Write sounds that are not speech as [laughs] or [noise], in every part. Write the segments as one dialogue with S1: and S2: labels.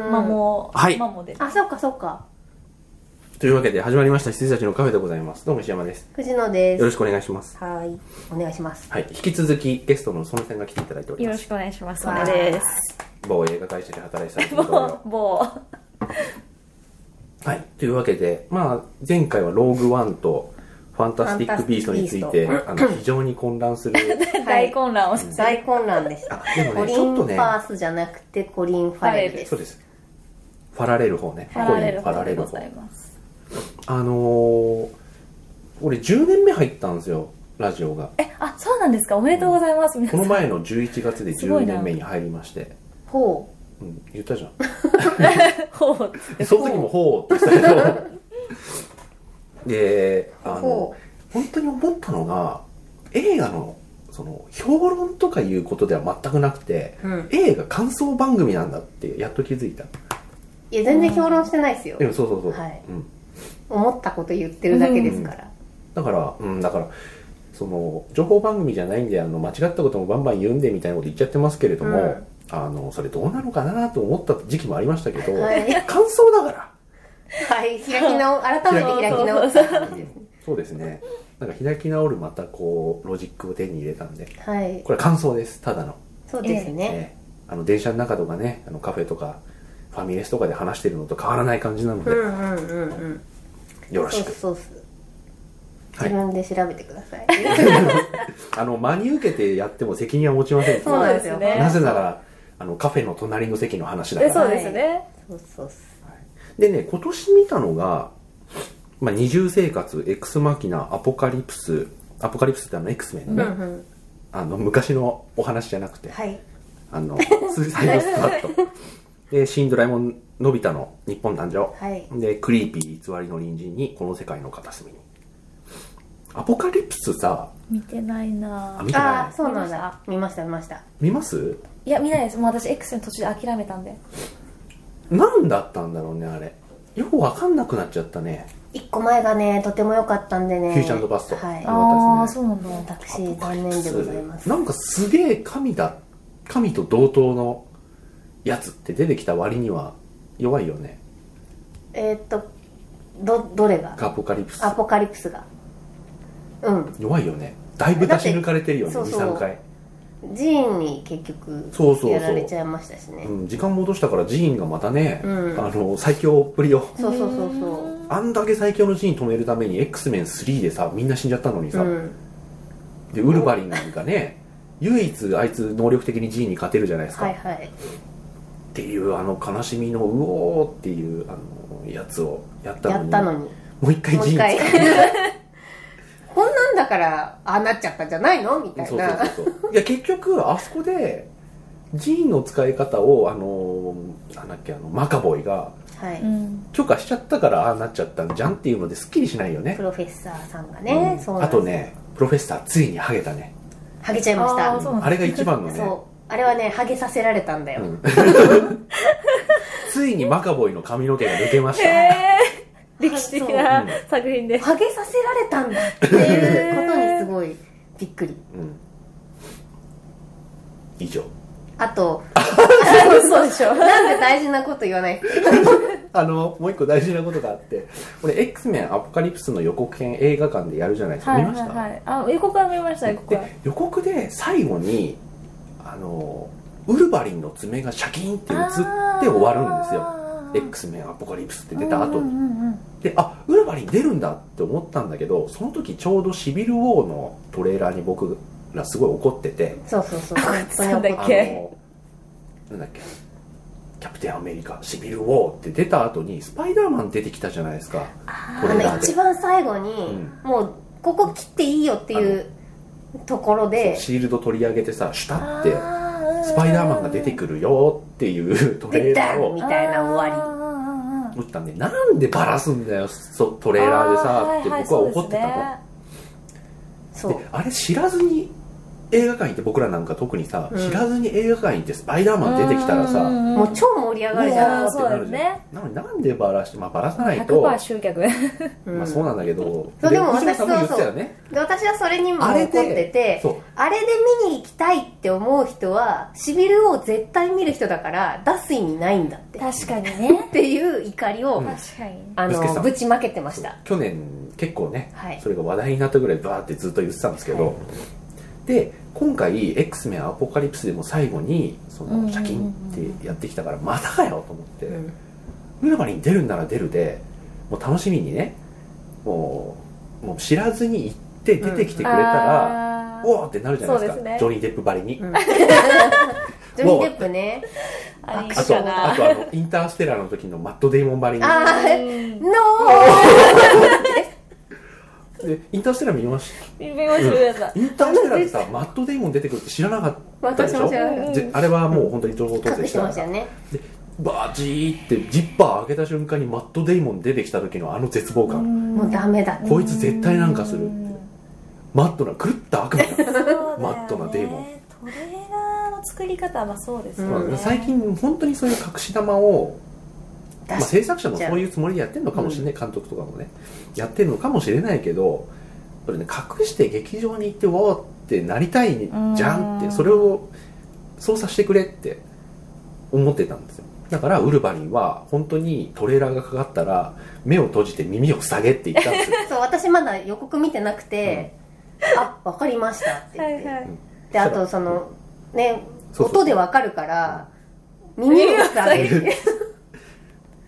S1: はい
S2: マモで
S3: あ、そっかそっか。
S1: というわけで始まりました羊たちのカフェでございますどうも石山です
S3: 藤野で
S1: よろ
S3: す。
S1: しくお願いします
S3: はーい。お願いします。
S1: はい引き続きゲストのそのさんが来ていただいており
S2: よ
S1: ま
S2: ろ
S1: す
S2: しくお願いします
S3: わ
S2: マ
S3: ー
S2: モです
S1: 某映画会社で働いてた
S2: [laughs] も
S1: の
S2: うも
S1: はいというわけでまあ前回はローグワンとファンタスティックビーストについてあの非常に混乱する
S2: う [laughs] 大混乱をして
S3: 大混乱でした
S1: あ。でも
S3: コ
S1: ね
S3: リ
S1: ちょ
S3: ン・
S1: っ
S3: ファ
S1: とね
S3: ースじゃなくてコリン・ファレルです。
S1: そうですファラレル方ね
S2: パラレル
S1: ファラレ
S2: で
S1: ル
S2: ご
S1: 方
S2: ざいます
S1: あのー、俺10年目入ったんですよラジオが
S2: えあそうなんですかおめでとうございます皆さ
S1: この
S2: ん
S1: 前の11月です
S2: ご
S1: 10
S2: いな
S1: 年目に入りまして、
S3: ほ
S1: うん、言ったじゃん
S2: ほうっつって
S1: その時も「ほう」って言ってたけど [laughs] であの
S3: ほ
S1: 本当に思ったのが映画のその評論とかいうことでは全くなくて
S3: う。うん。
S1: 映画感想番組なんだってやっと気づいた
S3: いや、全然評論してないですよ
S1: で。もそうそうそう、
S3: はい
S1: うん、
S3: 思ったこと言ってるだけですから。
S1: だからうんだからその情報番組じゃないんであの間違ったこともバンバン言うんでみたいなこと言っちゃってますけれども、
S3: うん
S1: あのそれどうなのかなと思った時期もありましたけど、
S3: はい。 [laughs]
S1: 感想だから
S3: はい。開き
S1: [laughs]
S3: 直、改めて開き直っ
S2: そう
S3: た
S2: そう
S3: 感じですね。
S1: そうですね。なんか開き直るまたこうロジックを手に入れたんで、
S3: はい。
S1: これは感想です。ただの。
S3: そうですね。
S1: ええあの電車の中とかね、あのカフェとかファミレスとかで話してるのと変わらない感じなの
S3: う
S1: で、
S3: んうんうんうん。
S1: よろしく。
S3: そうっすそうっす
S1: は
S3: 自
S1: い。
S3: 分で調べてください。
S1: [laughs] あの真に受けてやっても責任は持ちません。
S3: そうなんですよ。
S2: そうですね
S1: なぜならあのカフェの隣の席の話だ
S2: え
S1: か
S2: そう
S1: ら。
S2: ですね
S3: そうそうっす
S1: でね、今年見たのが、まあ二重生活、エクスマキナ、アポカリプス。アポカリプスってあの X メン
S3: うんう
S1: のね、
S3: ん。
S1: あの昔のお話じゃなくて、
S3: はい。
S1: あの、スーサイドスカット。で、新ドラえもん、のび太の日本誕生。
S3: はい。
S1: で、クリーピー偽りの隣人に、この世界の片隅に。アポカリプスさ、
S2: 見てないな
S1: あ
S2: ぁ
S1: 見てない
S3: ああ、そうなんだ。見ました、見ました。
S1: 見ます
S2: いや見ないですもう私 X の途中で諦めたんで
S1: 何だったんだろうね、あれ。よくわかんなくなっちゃったね。
S3: 一個前がね、とても良かったんでね。
S1: フューチャーバスト。
S3: はい
S1: あ。
S2: ああ
S1: の私ね
S2: そうなんだ
S3: 私、残念でございます。
S1: なんかすげえ神だ、神と同等のやつって出てきた割には弱いよね。
S3: えーっと、ど、どれが
S1: アポカリプス。
S3: アポカリプスが。うん。
S1: 弱いよね。だいぶ出し抜かれてるよね、
S3: だ
S1: 2、
S3: ってそうそう
S1: 3回。
S3: ジーンに結局、
S1: そうそうそう
S3: やられちゃいましたしね。
S1: うん、時間戻したからジーンがまたね、
S3: うん
S1: あの最強っぷりを
S3: そうそうそうそう。
S2: う
S1: あんだけ最強のジーン止めるために X メン3でさみんな死んじゃったのに
S3: う
S1: さ、
S3: ん。
S1: でウルバリンがね唯一あいつ能力的にジーンに勝てるじゃないですか、
S3: はいはい。
S1: っていうあの悲しみのうおーっていうあのやつをやったの
S3: や
S1: に
S3: ったのに。
S1: もう一回
S3: もう一
S1: ジーン
S3: 回
S1: 使。 [laughs]
S3: こんなんだから、ああなっちゃったんじゃないのみた
S1: う
S3: い
S1: そうそう
S3: な。
S1: そうそういや結局あそこでジーンの使い方をあのなんだっけあのマカボイが
S3: はい。
S2: うん
S1: 許可しちゃったからああなっちゃったんじゃんっていうのですっきりしないよね
S3: プロフェッサーさんがね、
S1: うん
S3: そうなん
S1: あ
S3: です
S1: と。ねプロフェッサーついにハゲたね
S3: ハゲちゃいました。
S2: あそうなんだ
S1: あれが一番のね
S3: そう。あれはね、ハゲさせられたんだよ。
S1: うん [laughs] ついにマカボイの髪の毛が抜けまし
S2: へ
S1: た、
S2: え歴史的な
S1: うん
S2: [laughs] 作品です
S3: ハゲさせられたんだっていうことにすごいびっくり。
S1: うん、以上
S3: あと、
S2: そうでしょ
S3: なんで大事なこと言わない
S1: あのもう一個大事なことがあって俺 X メンアポカリプスの予告編映画館でやるじゃないですか、
S2: はい
S1: 見ま
S2: は
S1: した、
S2: いはいあ予告は見ました予告は
S1: で予告で最後にあのウルヴァリンの爪がシャキーンって映って終わるんですよ
S2: あー
S1: X メンアポカリプスって出た後
S2: うん
S1: に
S2: うんうんうん
S1: であウルヴァリン出るんだって思ったんだけどその時ちょうどシビル・ウォーのトレーラーに僕らすごい怒ってて
S3: そうそうそう、本当に怒っ
S1: あ
S2: オッケ
S3: て。
S1: のなんだっけキャプテンアメリカシビル・ウォーって出た後にスパイダーマン出てきたじゃないですか
S2: あ
S1: こ
S3: あ
S1: れ
S2: ー
S1: だ
S3: の、一番最後に、
S1: ん
S3: もう、ここ切っていいよっていうところで、
S1: シールド取り上げてさシュタ
S2: あ
S1: って
S2: ー
S1: スパイダーマンが出てくるよっていうトレーラー
S3: 出
S1: を
S3: みたいな終わり
S2: わ
S1: 打ったんでなんでバラすんだよそトレーラーでさって僕は怒ってたの、
S3: そう
S1: で。あれ知らずに映画館行って僕らなんか特にさ、
S3: うん
S1: 知らずに映画館行ってスパイダーマン出てきたらさ、
S2: んんん
S3: もう超盛り上がるじゃ
S1: わ
S3: ん
S1: ーってなるじゃん
S2: そうだよね
S1: なのになんでバラして、まあ、バラさないと、
S2: 100%集客
S3: うん
S1: まあ、そうなんだけど、
S3: そうでも
S1: 藤
S3: 私
S1: 本さんも言ってたよね
S3: で私はそれにも
S1: あ
S3: 怒
S1: れ
S3: っ
S1: で
S3: てて
S1: そう
S3: あれで見に行きたいって思う人はしびるを絶対見る人だから出す意味ないんだってっ
S2: 確かにね
S3: ていう怒りを、
S1: うん
S2: 確かに
S3: あ
S1: ぶつけてた
S3: のぶちまけてました
S1: 去年結構ね、
S3: はい
S1: それが話題になったぐらいバーってずっと言ってたんですけど、
S3: は
S1: で今回 X メンアポカリプスでも最後にそ
S2: うんうんうんう
S1: の
S2: ん
S1: シャキンってやってきたからまたかよと思って、ウルヴァリン出るんなら出るでもう楽しみにねもうもう知らずに行って出てきてくれたら、
S2: あー
S1: おおってなるじゃないですか
S2: そうですね
S1: ジョニー・デップばりに、
S3: うんジョニー・デップね
S2: あり
S1: あ
S2: か
S1: と
S2: な
S1: あとあのインターステラーの時のマット・デイモンばりに
S3: あ
S2: うん
S3: ノ
S2: [laughs]
S1: でインターステラー見まし
S2: 微妙にしてくださ
S1: たインターステラーってさマット・デイモン出てくるって知らなかったでし
S3: 私も
S1: ょ
S3: 知らな
S2: かった
S1: であれはもう本当に情報
S3: ー
S1: 統
S3: 隠
S1: 制
S3: し
S1: してた
S3: ましたよね
S1: バージーってジッパー開けた瞬間にマット・デイモン出てきた時のあの絶望
S2: い
S1: 感、
S2: ん
S3: もうダメだって
S1: こいつ絶対なんかするってマットな狂った悪魔だ
S2: そうだよね
S1: マットなデーモン
S2: トレーナーの作り方はそうです
S1: ま
S2: よ
S1: あ
S2: ね、
S1: 最近本当にそういう隠し玉を、まあ、
S3: 出し
S1: 制作者もそういうつもりでやってるのかもしれない、監督とかもねやってるのかもしれないけどそれね隠して劇場に行ってわーってなりたいじゃんっ
S2: うん
S1: てそれを操作してくれって思ってたんですよだからウルヴァリンは本当にトレーラーがかかったら目を閉じて耳を塞げって言ったんですよ
S3: そう私まだ予告見てなくて、あわかりましたって言って
S2: はいはい
S3: であとそのね
S1: そうそう
S3: 音でわかるから耳を塞げて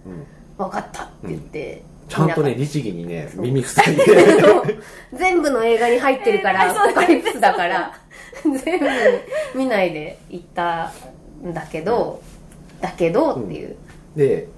S1: うん
S3: 分かったって言って、
S1: ちゃんとね律儀にね
S3: そう
S1: 耳塞いで
S3: [laughs] 全部の映画に入って
S2: [laughs]
S3: るか
S2: えー
S3: ら
S2: そうだね
S3: アポカリプスだから全部見ないで行ったんだけど、だけどっていう、
S1: で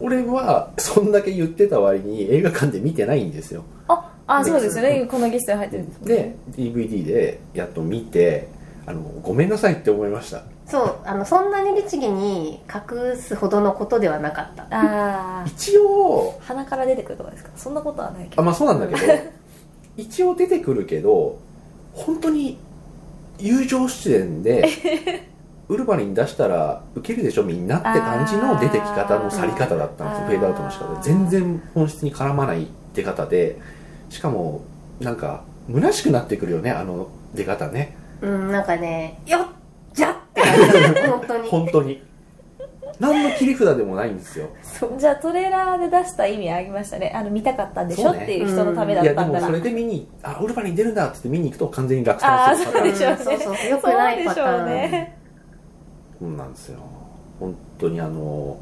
S1: 俺はそんだけ言ってた割に映画館で見てないんですよ
S2: ああそうですよねこのゲストに入ってるんすよ
S1: で DVD でやっと見てあのごめんなさいって思いました
S3: そうあのそんなに律儀に隠すほどのことではなかった
S2: ああ
S1: 一応
S2: 鼻から出てくるとかですかそんなことはないけ
S1: あ
S2: ど
S1: まあそうなんだ
S2: [laughs]
S1: けど一応出てくるけど本当に友情出
S2: [laughs]
S1: 演でウルヴァリン出したらウケるでしょみんなって感じの出てき方の去り方だったんで
S2: あ
S1: す
S2: ー
S1: よフェードアウトの仕方で全然本質に絡まない出方でしかもなんか虚しくなってくるよねあの出方ね
S3: うんなんかねよっじゃって感じ本当に
S1: [laughs] 本当に何の切り札でもないんですよ
S3: そう
S2: じゃあトレーラーで出した意味ありましたねあの見たかったんでし
S1: そ
S2: ょ、
S1: うね
S2: っていう人のためだ
S1: いや
S2: っ
S1: で
S2: たんだ
S1: も
S2: な
S1: それで見にあウルヴァリン出るんだっつって見に行くと完全に落胆するパタ
S2: あ
S1: ー
S2: ー
S1: ン
S2: でしょうね
S3: うんそうそうよくないパターン
S2: そうでしょうね
S1: そうなんですよ本当にあの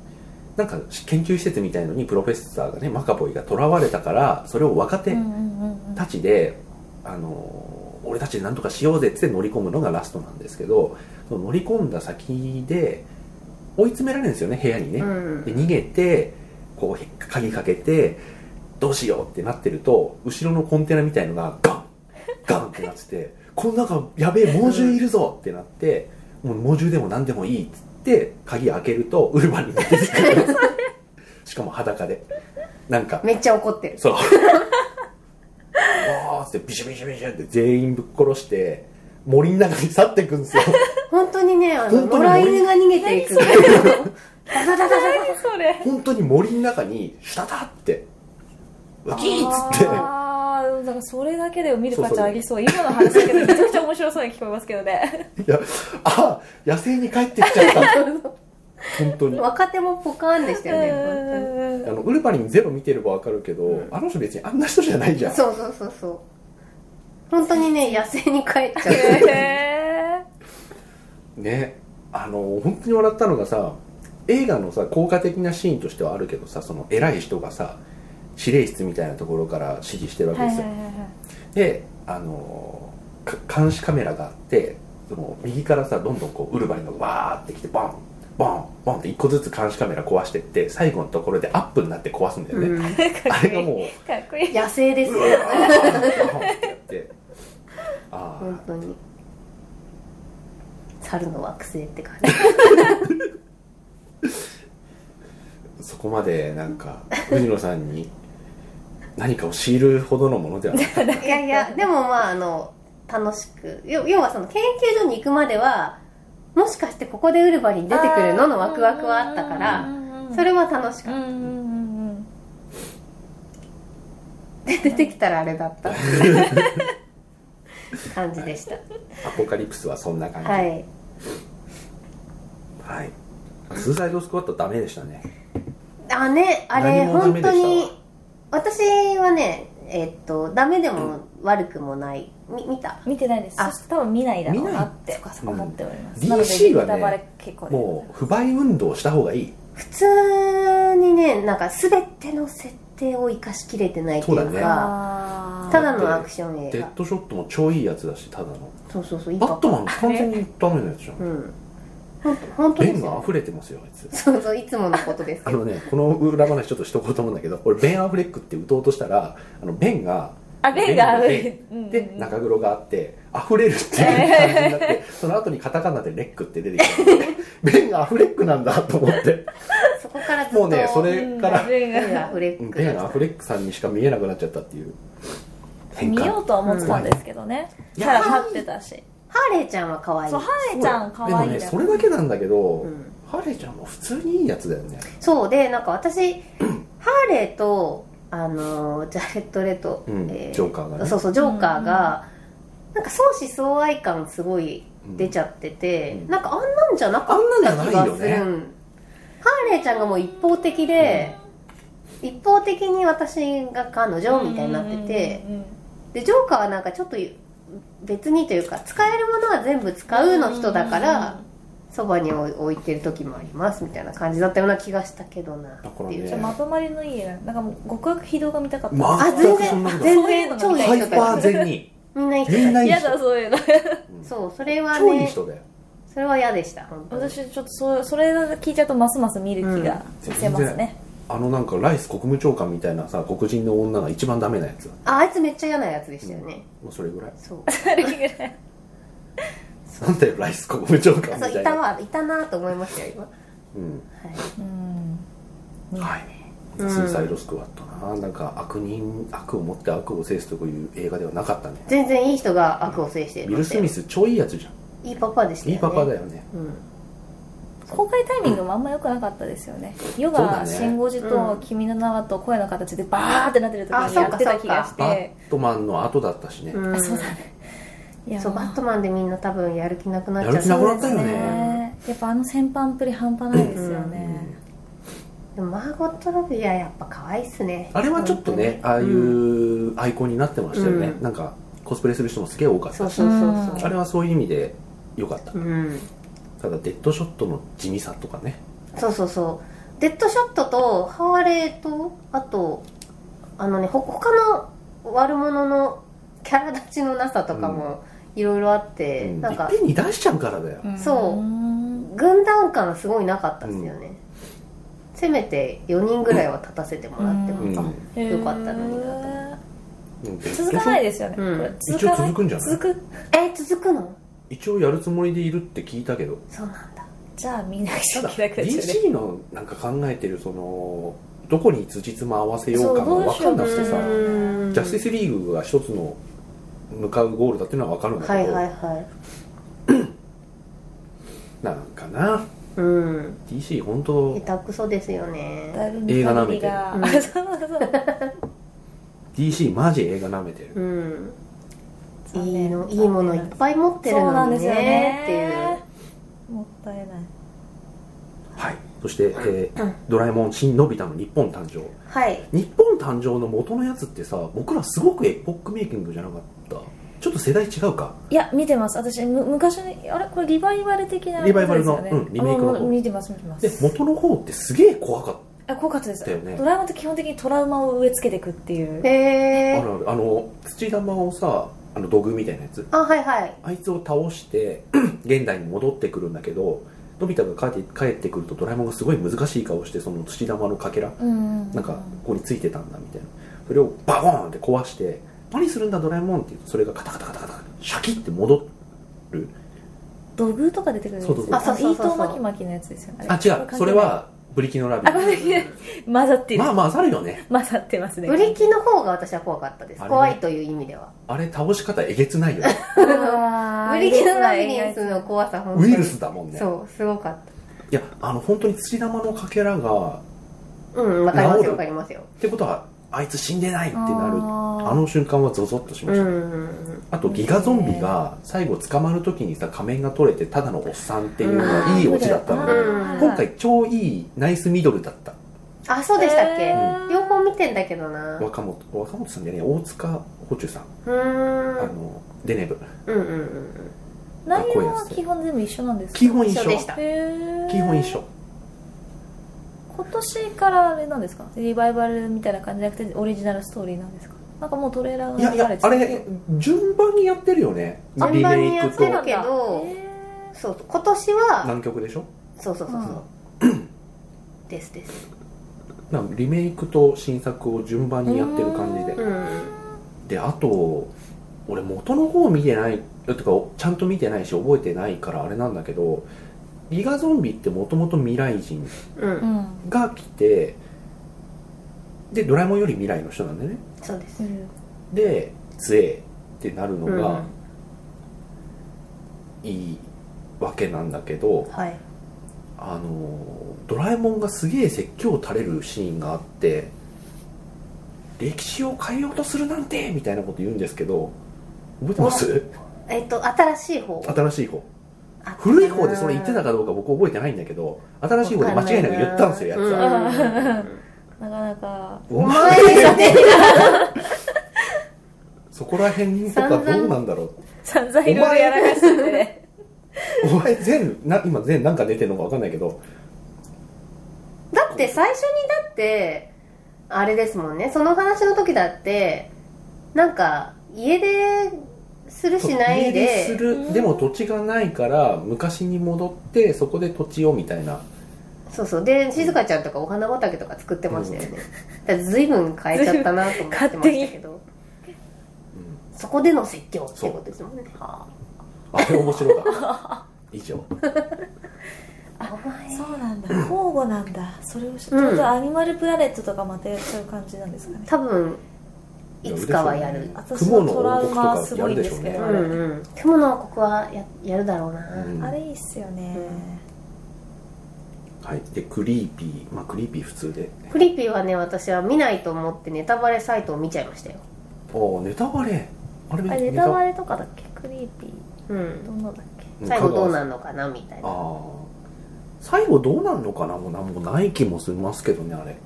S1: なんか研究施設みたいのにプロフェッサーがねマカボイが囚われたからそれを若手
S2: うんうんうんうん
S1: たちで、あの俺たちで何とかしようぜっつって乗り込むのがラストなんですけどその乗り込んだ先で追い詰められるんですよね部屋にね、
S3: うん
S1: で逃げてこうへ鍵かけてどうしようってなってると後ろのコンテナみたいのがガンガンってなっててこの中やべえ猛獣いるぞってなってもう猛獣でも何でもいいっつって鍵開けるとウルヴァリンが出てくるしかも裸でなんか
S3: めっちゃ怒ってる
S1: そうわーっつってビシュビシュビシュって全員ぶっ殺して森の中に去っていくんですよ
S3: 本当にねあの
S1: 本当に
S3: 野良犬が逃げていくダダダダダダ
S2: 何それ
S1: 本当に森の中にシュタタってウキーっつって
S2: ああだからそれだけで見る価値ありそう今の話だけでめちゃくちゃ面白そうに聞こえますけどね
S1: いや、あ野生に帰ってきちゃった。
S3: [laughs]
S1: 本当に。あ
S3: 若手もポカーンでしたよね本
S1: の、ウルパリンゼロ見てればわかるけど、
S3: うん
S1: あの人別にあんな人じゃないじ
S3: 当
S1: ゃん
S3: に。そうそうそうそう本当にね野生に帰っ
S2: [laughs]
S3: ちゃう
S2: へ
S1: ね。あの、本当に笑ったのがさ、映画のさ、効果的なシーンとしてはあるけどさ、その偉い人がさ、司令室みたいなところから指示してる
S2: え
S1: わけ
S2: はい
S1: で
S2: はいは
S1: すよ。
S2: いはい
S1: で、あの、か監視カメラがあって、その右からさ、どんどんこう、ウルバリンがわーってきて、ボン、ボン、ボンって一個ずつ監視カメラ壊してって、最後のところでアップになって壊すんだよね。
S3: うん
S1: あれがもう、
S2: かっこいい
S3: 野生ですよ
S1: うわーってやってあ
S3: 本当に猿の惑星って感
S1: あそこまでなんか藤野さんに何かを強いるほどのものではない
S3: じいやいやでもまああの楽しく要要はその研究所に行くまではもしかしてここでウルヴァリン出てくるののワクワクはあったからそれは楽しか
S2: う
S3: っ
S2: んうんうんうん
S3: た、出てきたらあれだったっていう
S2: [laughs]
S3: 感じでした
S1: アポカリプスはそんな感じ、
S3: はいい
S1: はい、スーサイドスクワットダメでしたね
S3: あねあれ
S1: 何もダメ
S3: 本
S1: で
S3: 当
S1: した
S3: に私はねえっとダメでも悪くもない、み見た
S2: 見てないです
S3: あ
S2: そして多分見ないだろうなって
S3: 見ない
S1: うん
S2: 思っております、
S1: DC
S2: なので
S1: はね
S2: ネタバレ結構です
S1: もう不買運動した方がいい
S3: 普通にねなんか全ての設定を生かしきれてないという
S1: そうだね
S3: か
S2: あー
S3: ただのアクション映
S1: デ
S3: 画
S1: ッドショットも超いいやつだしただの
S3: そうそうそういい
S1: バットマン完全にダメなやつじゃん
S3: うん本当本当で
S1: 弁
S3: す
S1: が
S3: よ
S1: 溢れてますよあいつ
S3: そうそういつものことです
S1: あ
S3: けど
S1: のねこの裏話ちょっとしとこうと思うんだけど俺ベン・アフレックって打とうとしたらあのベンが
S2: あベンが
S1: ベ
S2: うん
S1: で中黒があって溢れるっていう感じになって、その後にカタカナでレックって出てきてベンがアフレックなんだと思って
S3: そこからずっと
S1: もうねそれから
S2: うんベン
S3: ベン
S2: が
S3: がアフレック
S1: ベン・アフレックさんにしか見えなくなっちゃったっていう変
S2: 見
S1: 化
S2: ようとは思ってたんですけどね、
S1: うん
S2: キャラ立ってたし
S3: ハーレーちゃんは可愛い
S2: そうハーレちゃん可
S1: でも
S2: 愛い
S1: ね
S2: じゃん
S1: それだけなんだけど、
S3: うん
S1: ハレちゃんも普通にいいやつだよね
S3: そうでなんか私ハーレーとあのジャレット・レと、
S1: うん
S3: えー
S1: ジョーカーがね
S3: そうそうジョーカーが、なんか相思相愛感すごい出ちゃってて、
S1: うん
S3: なんかあんなんじゃなかっ
S1: あんな
S3: た
S1: ん
S3: 気
S1: じゃな
S3: が
S1: い
S3: す
S1: よ
S3: る
S1: ね
S3: ハーレーちゃんがもう一方的で、一方的に私が彼女みたいになってて、
S2: うんうんうん
S3: でジョーカーはなんかちょっと別にというか使えるものは全部使うの人だからそばに置いてる時もありますみたいな感じだったような気がしたけどな
S1: だから
S3: っていう
S2: じゃあ
S1: ね
S2: まとまりのいいななんかもう極悪非道が見たかった
S1: ま
S3: あ
S1: 全
S3: 全
S1: くそんな
S3: 然
S1: こ
S3: 全
S1: と
S2: そういうのが
S3: 然超いい
S1: ハイ
S3: 人
S1: パ
S3: た
S1: ー
S3: ち
S1: 善人
S3: みんないい人
S1: み
S3: たち
S1: んないい
S2: 嫌
S1: 人
S2: だそういうの
S3: そうそれは
S1: 超いい
S3: ね
S1: 人だよ
S3: それは嫌でした本当に
S2: 私ちょっとそそれ聞いちゃうとますます見る気が
S1: うん
S2: してますね、
S1: あのなんかライス国務長官みたいなさ黒人の女が一番ダメなやつ
S3: ああいつめっちゃ嫌なやつでしたよね、
S1: もうそれぐらい
S3: [laughs] そう
S2: [laughs] なる気ぐらい
S1: なんだよライス国務長官み
S3: そう
S1: た
S3: い
S1: い
S3: た
S1: な
S3: わいたなと思いましたよ今、は
S1: うん
S2: うん
S1: はいス
S3: うん
S1: ーサイドスクワットな、なんか悪人悪を持って悪を制すという映画ではなかったね
S3: い、全然いい人が悪を制して
S1: ウ
S3: る
S1: ィル・スミス超いいやつじゃん
S3: いいパパでしたよ
S1: いい
S3: ね
S1: パパだよね
S3: うん
S2: 公開タイミングもあんま良くなかったですよねヨ
S1: そうだ
S2: ガ、
S1: ね
S2: 信号時
S3: う
S2: と
S3: ん
S2: 君の名はと声の形でバーってなってる時
S3: あ
S2: に
S3: そう
S2: や
S3: か
S2: ってた気がし
S1: バ
S2: て
S1: ットマンの後だったしね、
S3: うん
S2: あそうだねいや
S3: そうバットマンでみんな多分やる気なくなっちゃ
S1: やる気なくなっ
S2: そ
S1: た
S2: うです
S1: よね
S2: やっぱあの先般っぷり半端ないですよ
S1: う
S2: ね
S1: ん、
S3: でもマーゴット・ロビーはやっぱ可愛いっすね
S1: あれはちょっとね
S3: 本当
S1: ああい
S3: にん
S1: うアイコンになってましたよね、
S3: うん
S1: なんかコスプレする人もすげえ多かっ
S3: そ
S1: た
S3: う
S1: し
S3: そうそう
S2: うん
S3: そ
S1: あれはそういう意味で良かった、
S3: ううん
S1: ただデッドショットの地味さとかね
S3: そうそうそうデッドショットとハーレーとあとあのねほ他の悪者のキャラ立ちのなさとかもいろいろあって、
S1: うん
S3: なんか
S1: いっぺんに出しちゃうからだよ、
S2: うん
S3: そう軍団感すごいなかったですよね、せめて4人ぐらいは立たせてもらっても、
S1: うん
S2: あ
S3: よかったのになと思
S1: うんデッドショッ
S2: 続
S1: ト
S2: かないですよね、
S3: うん
S2: これ
S1: 一
S2: か
S1: 応
S2: ない
S1: 続くんじゃない
S2: 続く
S3: え続くの
S1: 一応やるつもりでいるって聞いたけど
S3: そうなんだ
S2: じゃあ見ない
S1: た
S2: と
S1: だ
S2: 気楽ですよね
S1: DC のなんか考えてるそのどこに辻褄合わせようかが
S2: そうどう
S1: 分
S2: し
S1: か
S2: ようん
S1: なく
S2: う
S1: てさジャスティスリーグが一つの向かうゴールだっていうのは分かるんだ
S3: は
S1: け
S3: い
S1: ど、
S3: はいはい
S1: なんかな
S3: うん
S1: DC 本当
S3: 下手くそですよね
S2: だいぶ見た目が
S3: 映画舐めてる
S2: [laughs] そうそうそう
S1: DC マジ映画舐めてる
S3: うん
S2: 残
S3: [laughs] いい
S2: 念
S3: のいいものいっぱい持ってる
S2: そうな
S3: の
S2: んで
S3: に
S2: すよ
S3: ね
S2: ね
S3: っていう
S2: もったいない
S1: はいそして、えー
S3: うん
S1: ドラえもん新のび太の日本誕生
S3: はい
S1: 日本誕生の元のやつってさ僕らすごくエポックメイキングじゃなかったちょっと世代違うか
S2: いや見てます私む昔にあれこれリバイバル的な
S1: リバイバルの
S2: ことですよね
S1: うんリメイクの方
S2: あもう見てます見てま
S1: です元の方ってすげえ怖かっ
S2: あ怖かったです
S1: だよね
S2: ドラえもんって基本的にトラウマを植え付けていくっていう
S3: へ
S1: たあ
S3: え
S1: るあるあの土玉をさあの土偶みたいなやつ
S3: あはいはい
S1: あいつを倒して、 [clears throat] 現代に戻ってくるんだけど、のび太が帰って帰ってくるとドラえもんがすごい難しい顔して、その土玉のかけら、
S2: うん
S1: なんかここについてたんだみたいな。それをバコーンって壊して、何するんだドラえもんって言うと、それがカタカタカタカタ、シャキって戻る。
S2: 土偶とか出てくるやつ
S1: そうそうそう
S3: あそうそうそうそう
S2: イートー巻き巻きのやつですよね
S1: あ、違う。それはブリキのラビ
S2: あごめんなさい混ざってる、
S1: まあ混ざるよね
S2: 混ざってますね
S3: ブリキの方が私は怖かったです、
S1: あれね
S3: 怖いという意味では
S1: あれ倒し方えげつないよね
S2: [laughs] ブ
S3: ブリキのラビリンスの怖さ本当
S1: ウ
S3: に
S1: イルスだもんね
S3: そうすごかっ
S1: いやあの本当に釣り玉のかけらが
S3: たうんわかりま
S1: 治
S3: す
S1: る
S3: よわかりますよ
S1: ってことはあいつ死んでないってなるあ
S2: あ
S1: の瞬間はゾゾッとしま
S3: う
S1: した、
S3: ん
S1: あとギガゾンビが最後捕まる時にさ仮面が取れてただのおっさんっていうのがいいオチだったので、
S3: うん
S1: 今回超いいナイスミドルだった
S3: あそうでしたっけ、
S2: えー
S3: 両方見てんだけどな
S1: 若本若本さんじゃねえ大塚補中さん、
S3: うー
S1: あ
S3: ん
S1: のデネブ
S3: うんうんうん
S2: 内容は基本全部一緒なんですか
S1: 基本
S3: うん
S1: 一
S3: 一緒
S1: 緒
S3: でした
S2: へー
S1: 基本一緒
S2: 今年からあれなんですかリバイバルみたいな感じじゃなくてオリジナルストーリーなんですかなんかもうトレーラー
S1: いや
S2: が
S1: い
S2: 流れ
S1: や
S2: て
S1: あれ順番にやってるよねリ
S3: 順番に
S1: メ
S3: や
S1: イ
S3: っ
S1: ク
S3: てる
S1: と
S3: けど
S2: へ
S3: そうそう今年は
S1: 南極でしょ
S3: そうそうそうそう、
S2: うん
S3: ですです
S1: なんかリメイクと新作を順番にやってる感じで
S3: うん
S1: であと俺元の方見てないとかちゃんと見てないし覚えてないからあれなんだけどギガゾンビってもともと未来人
S3: うん、
S2: ーうん
S1: が来てでドラえもんより未来の人なんだよね
S3: そうです
S2: うん
S1: で杖ってなるの
S3: う
S1: が
S3: ん
S1: いいわけなんだけど、
S3: はい
S1: あのドラえもんがすげえ説教垂れるシーンがあって歴史を変えようとするなんてみたいなこと言うんですけど覚えてます
S3: えっ、と新しい方
S1: 新しい方
S3: あ
S1: 古い方でそれ言ってたかどうか僕覚えてないんだけど新しい方で間違いなく言ったんですよやつ
S3: う
S1: は、
S3: ん
S2: なかなか
S1: お
S3: お [laughs]
S2: [laughs]
S3: 前でしょね
S1: そこら辺とかどうなんだろう
S2: 散々いろいろやらかしててね
S1: お前全な今全なんか出てるのか分かんないけど
S3: だって最初にだってあれですもんねその話の時だってなんか家でするしない
S1: 家出す
S3: で
S2: う
S1: る
S2: ん
S1: でも土地がないから昔に戻ってそこで土地をみたいな
S3: そうそうで静香ちゃんとかお花畑とか作ってましたよね、だから随分変えちゃったなと思ってましたけどそこでの説教ってことですもんねは
S1: あれ面白かった
S2: [laughs]
S1: 以上
S3: あお前
S2: [laughs] そうなんだ [laughs] 交互なんだそれを知ってことはアニマルプラネットとかまたやっちゃう感じなんですかね
S3: 多分いつかはやる
S2: 私
S1: 雲
S2: の
S1: の
S2: トラウ
S1: 王
S2: マは
S1: 国と
S2: す
S1: かや
S2: ごいん
S1: るで
S2: で
S1: しょう
S2: すけ
S1: ね
S2: ど
S3: う
S2: あれ,、
S3: んうん雲の王国はややるだろうな、
S1: うん
S2: いいっすよね、
S1: はい、でクリーピーまあクリーピー普通で
S3: クリーピーはね私は見ないと思ってネタバレサイトを見ちゃいましたよ
S1: おネタバレあれ
S2: あれネタバレとかだっけクリーピー
S3: うん
S2: どんなだっけ
S3: 最後どうな
S1: の
S3: るのかなみたいな
S1: あー最後どうなるのかなもうなんもない気もしますけどねあれ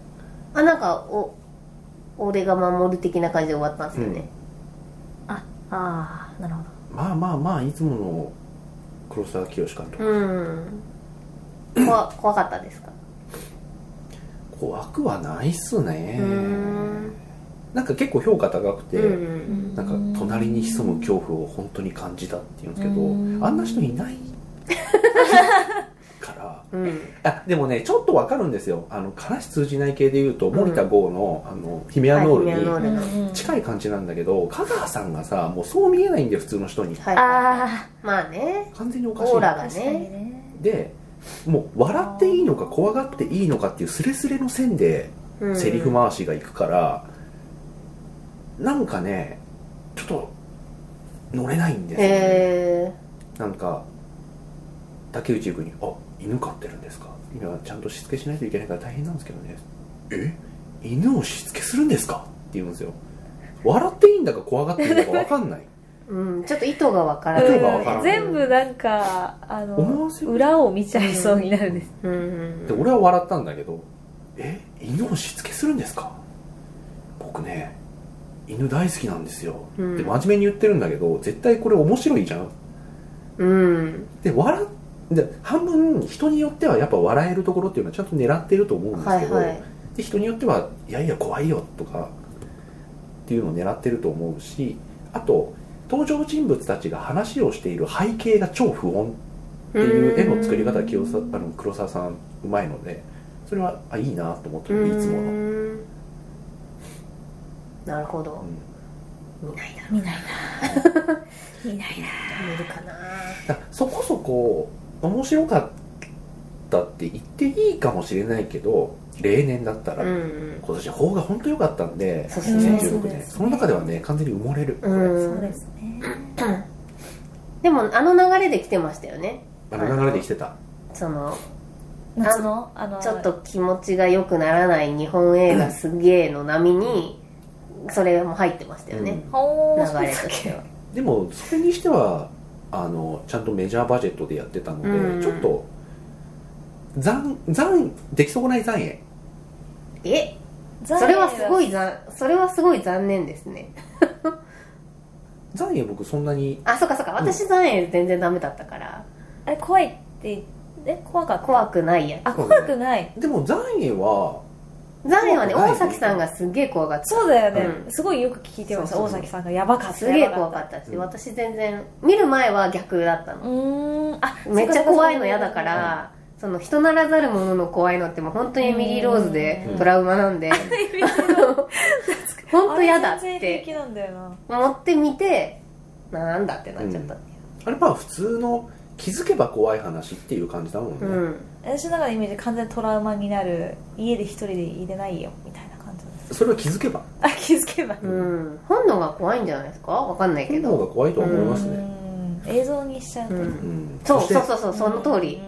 S3: あなんかお俺が守る的な感じで終わったんですよね、
S2: ああなるほど
S1: まあまあまあいつもの黒沢清監督、
S3: うん怖怖かったですか
S1: 怖くはないっすね
S3: うーん
S1: なんか結構評価高くて、
S3: うんうん
S1: なんか隣に潜む恐怖を本当に感じたっていうんですけど、
S2: うん
S1: あんな人いない
S3: [laughs]
S1: から
S3: うん
S1: あでもねちょっとわかるんですよあの話通じない系でいうと森田剛の,、あのヒメアノー
S3: はいヒメアノー
S1: ル
S3: ル
S1: に近
S2: い
S1: い感じなんだけど香川さんがさもうそう見えないんで普通の人に
S3: はい
S2: あ
S3: まあね
S1: 完全におかしい
S3: オーラ
S2: あ
S3: が
S2: 確かに
S3: ね
S2: ね
S1: でもう笑っていいのか怖がっていいのかっていうスレスレの線で
S3: うん
S1: セリフ回しがいくから、なんかねちょっと乗れないんですよね、
S3: へえ
S1: なんか竹内君に「あ犬飼ってるんですか今ちゃんとしつけしないといけないから大変なんですけどね」え犬をしつけするんですか?」って言うんですよ笑っていいんだか怖がっていいのか分かんない
S3: うん、ちょっと意図がわから
S1: 例えば
S3: な
S1: わ
S3: い
S1: からん
S2: 全部なんかあ
S1: 思
S2: の
S1: わせる
S2: 裏を見ちゃいそうになるんです、
S3: うん
S1: で俺は笑ったんだけど「え犬をしつけするんですか?」僕ね犬大好きなんですよ、
S3: うん
S1: で真面目に言ってるんだけど絶対これ面白いじゃん
S3: うん
S1: で笑っで半分人によってはやっぱ笑えるところっていうのはちゃんと狙ってると思うんです
S3: は
S1: け
S3: い
S1: ど、
S3: はい
S1: で人によってはいやいや怖いよとかっていうのを狙ってると思うしあと登場人物たちが話をしている背景が超不穏っていう絵の作り方が清さあの黒沢さんうまいのでそれはあいいなと思ってるいつもの、うん
S3: のなるほど見ないな
S2: 見ないな見ないな
S3: 見るかな
S1: だからそこそこ面白かっったって言っていいかもしれないけど例年だったら、
S3: うん
S1: 今年法が本当良かったんで
S3: そうですね
S1: 2016年その中ではね完全に埋もれる、
S3: うん
S2: そうですね
S3: でもあの流れで来てましたよね
S1: あの流れできてた
S3: その
S2: 夏のあの
S3: ちょっと気持ちが良くならない日本映画すげえの波にそれも入ってましたよね、
S2: おー
S3: 流れとして
S1: [laughs]
S3: は
S1: でもそれにしてはあのちゃんとメジャーバジェットでやってたので、
S3: うん
S1: ちょっと残残出来損ない残影
S3: え
S2: そ
S3: それはすご
S2: い
S3: いざそれはすごい残念ですね
S1: 残影僕そんなに
S3: あそうかそうか私残影全然ダメだったから
S2: あれ怖いってえ怖かった
S3: 怖くないや
S2: あ怖くない
S1: でも残影は
S3: 残影はね
S1: 怖くな
S3: 大
S1: い
S3: 崎さんがすげえ怖がって
S2: そうだよね、
S3: うん
S2: すごいよく聞いてました
S3: そう
S2: 大
S3: そうそう
S2: 崎さんがやばかった
S3: すげえ
S2: やば
S3: 怖かったし、
S1: うん
S3: 私全然見る前は逆だった
S2: う
S3: の、
S2: ーんあ
S3: めっちゃ怖いの嫌だか
S2: そう
S3: らその人ならざるものの怖いのってもう本当にエミリー・ローズで
S1: うん
S3: トラウマなんで、本当嫌だっ
S2: あれ全然平
S3: て
S2: 気なんだよな
S3: 思ってみてなんだってなっちゃったってい
S1: あれまあ普通の気づけば怖い話っていう感じだもんね、
S3: う、うん
S2: 私の中のイメージ完全にトラウマになる家で一人でいれないよみたいな感じなんです
S1: それは気づけば
S2: あ気づけば
S3: うん、本能が怖いんじゃないですかわかんないけ
S1: 本能
S3: ど、
S1: が怖いとは思いますね、
S2: うん映像にしちゃうと、
S3: う
S1: うん
S3: んそ
S1: そ
S3: う
S1: して
S3: そうそうそうその通り、
S2: う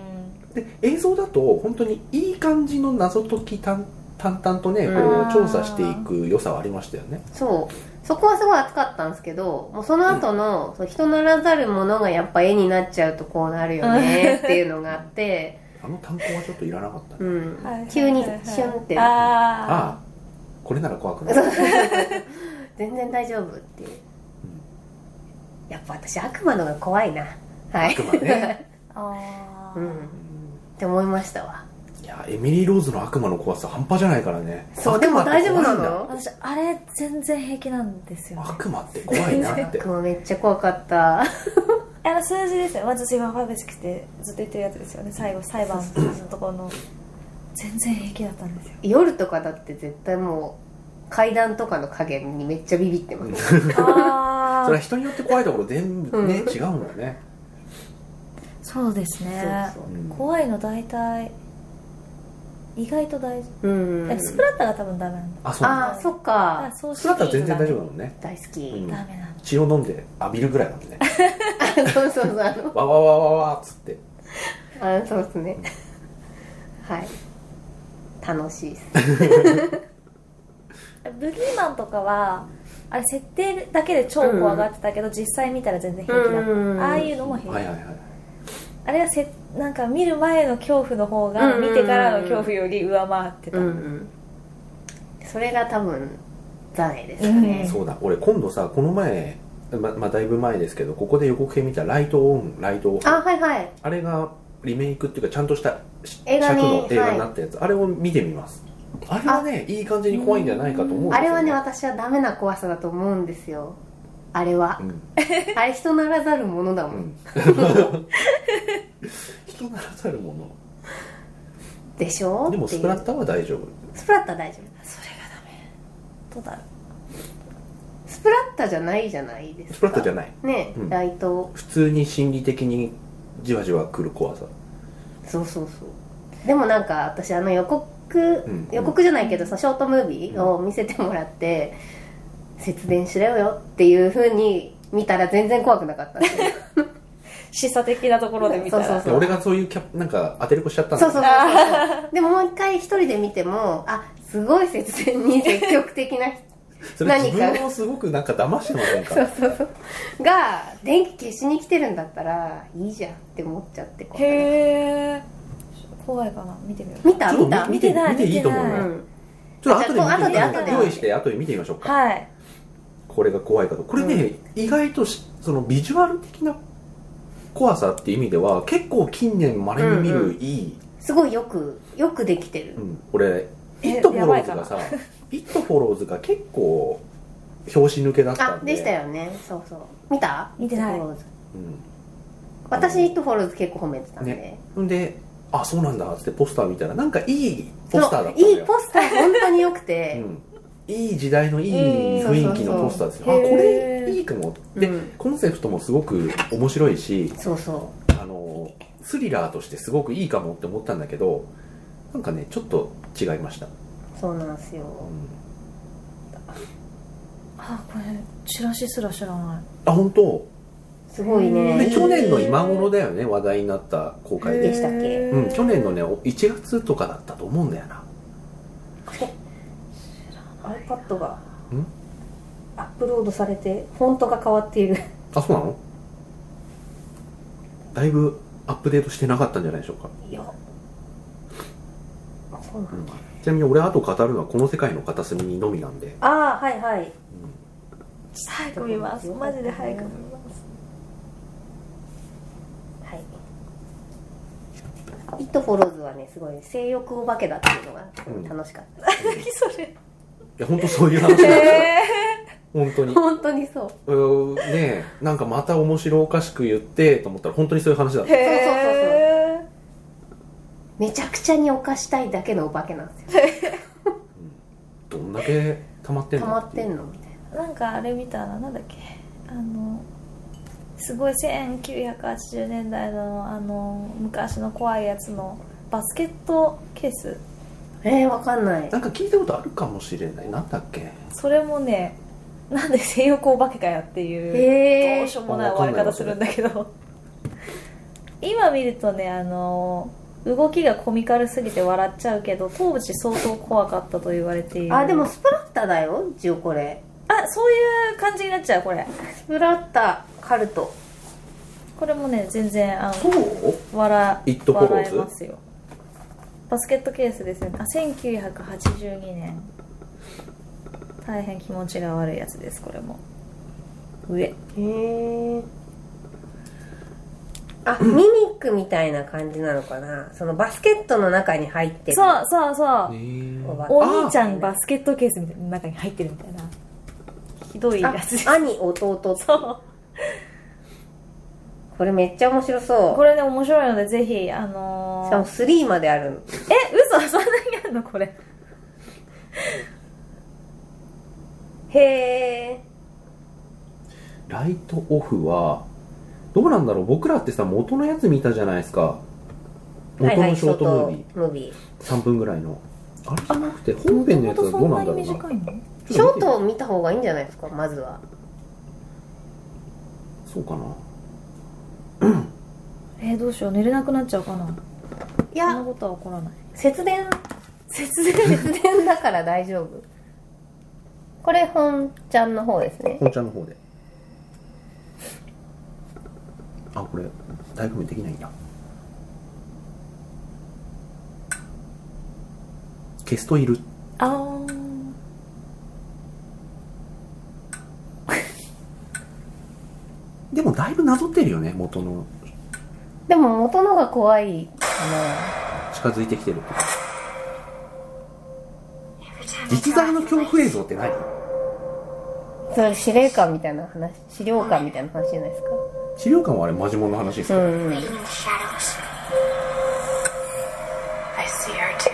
S2: ん
S1: で映像だと本当にいい感じの謎解き淡淡々とねこ
S2: うん
S1: う調査していく良さはありましたよね
S3: そうそこはすごい熱かったんですけどもうその後の、その人ならざるものがやっぱ絵になっちゃうとこうなるよねっていうのがあって、
S1: あの単行はちょっといらなかったね、
S3: うん
S2: はいはいはい
S3: 急にシュンって
S2: あ
S1: ああこれなら怖くな
S3: そう
S1: い
S3: 全然大丈夫っていう、やっぱ私悪魔のが怖いなはい、
S1: 悪魔ね
S2: ーあー、
S3: うん、っ
S1: うん
S3: て思いましたわ
S1: いやエミリー・ローズの悪魔の怖さ半端じゃないからね
S3: そうで
S1: 悪魔
S3: も
S1: って
S3: 大丈夫な
S1: 怖いんだ
S3: の
S2: 私あれ全然平気なんですよ、ね、
S1: 悪魔って怖いなって
S3: 悪魔めっちゃ [laughs] 怖かった
S2: あの数字ですよ私がファベス来てずっと言ってるやつですよね最後裁判のところの全然平気だったん
S1: [laughs]
S2: ですよ
S3: 夜とかだって絶対もう階段とかの影にめっちゃビビってます、
S2: あ
S1: それは
S2: あ
S1: 人によって怖いところ全部
S3: うん
S1: ね、違うんだよね、
S2: そうですね
S3: そう
S1: うん
S2: 怖いの大体意外と大事、
S3: そううん
S2: だからスプラッターが多分ダメなんだ
S1: あそうなんだ
S3: ああそっ
S2: だから
S3: か
S2: そうし
S1: それだったら全然大丈夫
S2: 夫
S1: だもんね
S3: 大好き、
S1: う
S2: ダメなん
S1: ん
S2: だ
S1: 血を飲んで浴びるぐらいだもんね
S3: あそうそうそうあの
S1: わわわわわっつって
S3: あそうですねはい楽しいです
S2: ブギーマンとかはあれ設定だけで超怖がってたけど、実際見たら全然平気だった、
S3: うん
S2: ああいうのも平気、
S1: はいはいはい
S2: あれはせなんか見る前の恐怖の方が
S3: うん
S2: 見てからの恐怖より上回ってた、
S3: うんうんそれが多分残影です
S2: うん
S3: ね、
S1: そうだ俺今度さこの前ままあだいぶ前ですけどここで予告編見た「ライトオンライトオフ」
S3: あはいはい
S1: あれがリメイクっていうかちゃんとしたし
S3: 映画に
S1: 尺の映画になったやつ、あれを見てみますあれはねいい感じに怖いんじゃないかと思うんです
S3: あれ
S1: よ、
S3: はね私はダメな怖さだと思うんですよあれは
S1: うん、
S3: あれ人ならざるものだも、
S1: うんん、
S3: [laughs]
S1: 人ならざるも
S3: でしょ
S1: のでも
S3: ってい
S1: ス
S3: う
S1: プラッターは大丈夫
S3: スプラッター大丈夫
S2: それがダメどうだろ
S3: スプラッタじゃないじゃないですか
S1: スプラッターじゃない
S3: ね、
S1: うん
S3: ライト
S1: 普通に心理的にじわじわ来る怖さ
S3: そうそうそうでもなんか私あの予告、
S1: ん
S3: 予告じゃないけどさショートムービーを見せてもらって、節電しろよっていうふうに見たら全然怖くなかったんですよ
S2: う示唆的なところで見たら
S3: そうそう
S1: で俺がそういうキャなんか当てれこしちゃったんだ
S3: そう
S1: よ
S3: そうそうそうでももう一回一人で見てもあすごい節電に積極的な人
S1: それ
S3: 何
S1: 自
S3: か
S1: 分をすごくなんか騙してませんか
S3: そうそうそうが電気消しに来てるんだったらいいじゃんって思っちゃって怖くなかっ
S2: [laughs] へえ怖いかな見てみよ
S3: た
S2: う
S3: 見た見た
S1: ちょっと
S2: 見てない
S1: 見ていいと思う
S2: 見て
S1: ね
S2: ない
S3: うん
S1: ちょっと後で見てみ
S3: じゃあ後で後で
S1: 用意して後で見てみましょうか、
S2: はい
S1: これが怖いかとこれね、意外としそのビジュアル的な怖さっていう意味では結構近年まれに見
S3: うんう
S1: るいい、
S3: すごいよくよくできてる
S1: うん俺「イ
S2: え
S1: ットフォローズ」
S2: やば
S1: が
S2: い
S1: さ「イットフォローズ」が結構拍子抜けだった
S3: あ
S1: んで
S3: でしたよねそうそう見た
S2: 見てない
S3: イットフォローズ
S1: う
S3: 私イットフォローズ結構褒めてたんで、
S1: ねんで「あそうなんだ」っつってポスター見たらなんかいい
S3: そ
S1: ポ
S3: う
S1: スターだったんだよ
S3: いいポスター本当に良くて、
S1: うん、いい時代のいい雰囲気のポスターですよ、
S2: うん
S1: あこれいいかもで、
S3: うん
S1: コンセプトもすごく面白いし
S3: そうそ
S1: あのスリラーとしてすごくいいかもって思ったんだけどなんかねちょっと違いました、
S3: そうなんですよ
S1: うん
S2: あこれチラシすら知らない
S1: あ本当
S3: すごいね
S2: へ
S1: で
S2: ー
S1: 去年の今頃だよね話題になった公開
S3: へ
S1: で
S3: ー、したっけ
S2: へー
S1: うん、去年のねお1月とかだったと思うんだよな
S3: iPad がアップロードされてフォントが変わっている
S1: あそうなのだいぶアップデートしてなかったんじゃないでしょうか
S3: いやあそうなんだ、
S1: ちなみに俺あと語るのはこの世界の片隅にのみなんで、
S3: ああはいはい
S2: 早く見ますマジで早く見ます
S3: はい「イット・フォローズ」はねすごい性欲お化けだっていうのが
S1: うん
S3: 楽しかった、
S2: 何それ
S1: いや本当そういう話だ本当に
S3: 本当にそう
S1: うーねえなんかまた面白おかしく言ってと思ったら本当にそういう話
S3: [laughs]
S1: だった
S2: へえ
S3: めちゃくちゃに犯したいだけのお化けなんですよ
S1: どんだけ溜まってん
S3: 溜
S1: の
S3: まってんの
S2: なんかあれ見たらなんだっけあのすごい1980年代のあの昔の怖いやつのバスケットケース
S3: えー、わかんない
S1: なんか聞いたことあるかもしれないなんだっけ
S2: それもねなんで性欲お化けかよっていう
S3: へ
S2: どう
S3: え
S2: しようもない終わり方するんだけ
S3: [laughs]
S2: ど今見るとねあの動きがコミカルすぎて笑っちゃうけど当時相当怖かったと言われている
S3: あでもスプラッタだよ一応これ
S2: あそういう感じになっちゃうこれ
S3: スプラッタカルト
S2: これもね全然あの
S1: そう
S2: 笑
S1: It Follows？
S2: 笑えますよバスケットケースですねあ1982年大変気持ちが悪いやつですこれも上
S3: へえあミミックみたいな感じなのかなそのバスケットの中に入ってる
S2: そうそうそう、
S1: ね
S3: あ
S2: お兄ちゃんバスケットケースみたいな中に入ってるみたいなひどいや
S3: あ
S2: つです
S3: 兄弟
S2: そう
S3: これめっちゃ面白そう
S2: これね面白いのでぜひあの
S3: しかも
S2: ー、
S3: 3まであるの
S2: え嘘そんなにあるのこれ
S3: へえ
S1: ライトオフはどうなんだろう僕らってさ元のやつ見たじゃないですか元のショートムービー、
S3: ショートムービ
S1: 3分ぐらいのあれじゃなくて本編のやつはどうなんだろう
S2: 元
S1: な
S2: 々そんなに短いの
S3: ーショートを見た方がいいんじゃないですかまずは
S1: そうかな
S2: えーどうしよう寝れなくなっちゃうかないそんな
S3: や
S2: ことは起こらない
S3: 節電
S2: 節電
S3: 節電だから大丈夫これ本ちゃんの方ですね
S1: 本ちゃんの方であこれ大工面できないんだ消すといる
S2: あー
S1: でもだいぶなぞってるよね元の
S3: でも元のが怖いか
S1: 近づいてきてる実在の恐怖映像って何
S3: なそれ司令官みたいな話資料館みたいな話じゃないですか
S1: 資料館はあれマジモンの話ですか、
S3: うんうん
S4: in the shadows. I see her too.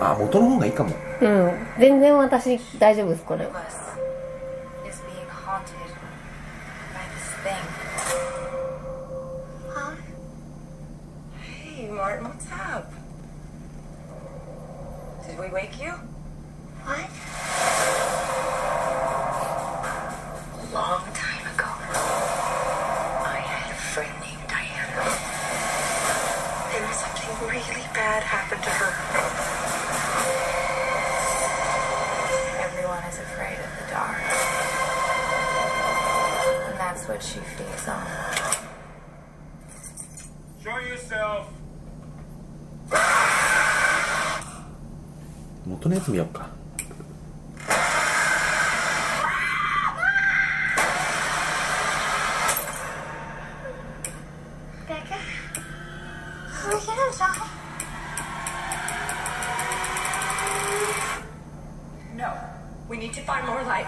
S1: あ元の方がいいかも
S3: うん全然私大丈夫ですこれ
S4: Us is being haunted by this thing. Huh? Hey, Martin, what's up? Did we wake you? What? A long time ago, I had a friend named Diana. And something really bad happened to her. Everyone is afraid of the dark. And that's what she feeds on.
S5: Show yourself.
S1: 元のやつ見ようか
S4: No, we need to find more light.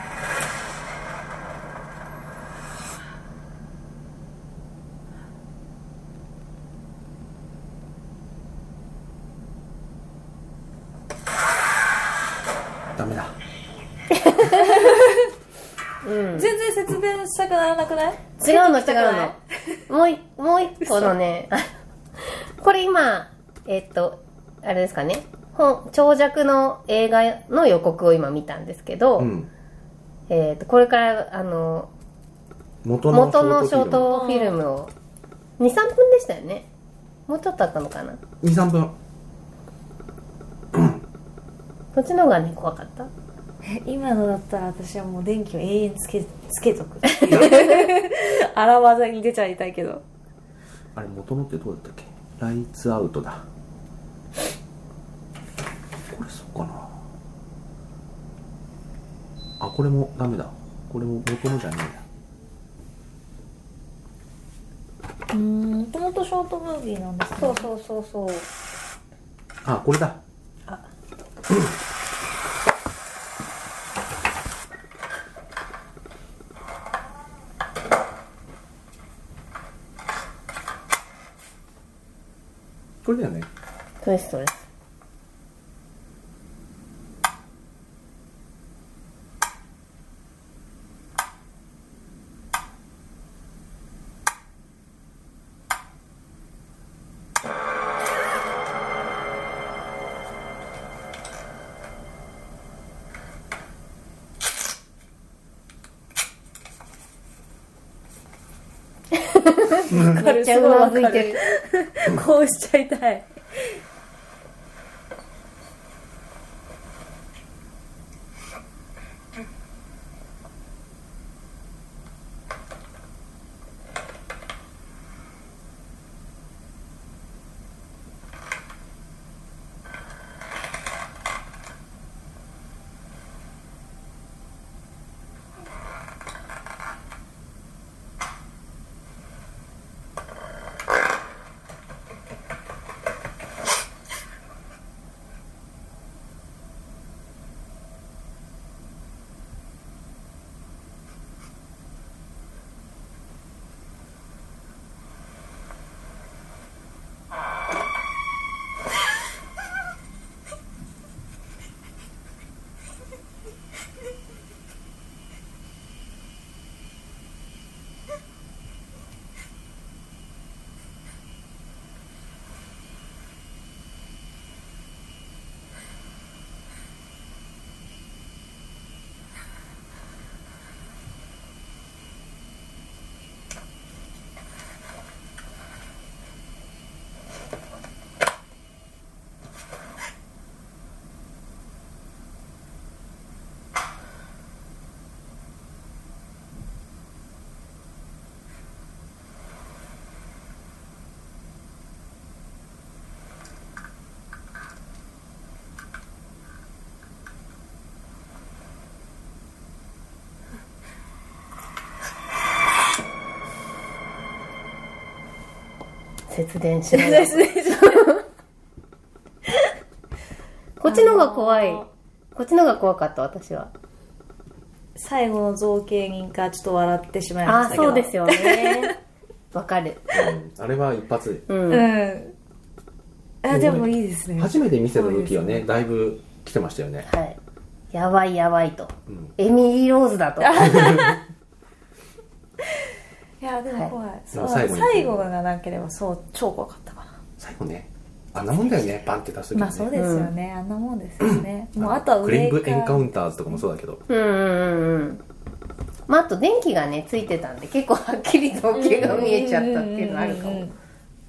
S2: くならなくないついてきたくないう
S3: 違うの違のもういもう一個のね [laughs] これ今えっとあれですかね本長尺の映画の予告を今見たんですけど、
S1: うん、
S3: えっとこれからあの
S1: 元の
S3: 元のシ
S1: シ
S3: ョ
S1: ョ
S3: ー
S1: ー
S3: ト
S1: ト
S3: フィルムを23分でしたよねもうちょっとあったのかな
S1: フィルム23分
S3: こっちの方がね怖かった
S2: 今のだったら私はもう電気を永遠つけ [laughs] つけとく荒技に出ちゃいたいけど
S1: あれ元のってどうだったっけライツアウトだこれそうかなあこれもダメだこれも元のじゃね
S2: うんもともとショートムービーなんです
S3: そうそうそうそう
S1: えなあこれだこれだよね
S3: そうですそうです
S2: か
S3: めっちゃうなずいてる
S2: こうしちゃいたい
S3: 節電しないこっちの方が怖い
S2: あの
S3: こっちの方が怖かった私は
S2: [laughs] 最後の造形人かちょっと笑ってしまいま
S3: あ
S2: し
S3: あ
S2: たけど
S3: そうですよね [laughs] わかる
S1: うんあれは一発で
S3: うん、
S2: うんあでもいいですね
S1: 初めて見せた時はねだいぶ来てましたよね、
S3: はいやばいやばいと
S1: うん、
S3: エミリー・ローズだと
S2: いやでも怖い、そう
S1: 最
S2: 最
S1: 後
S2: 後
S1: に
S2: のがなければそう超怖かったかな
S1: 最後ねあんなもんだよねバンって出す時、ね
S2: まあそうですよね、あんなもんですよねもうあとは
S1: クレ
S2: 上
S1: イブエンカウ
S2: か
S1: ンターズとかもそうだけど
S3: うんうんうんうんまああと電気がねついてたんで結構はっきりと毛が見えちゃったっていうのあるか
S2: うんうんう
S3: も
S2: ん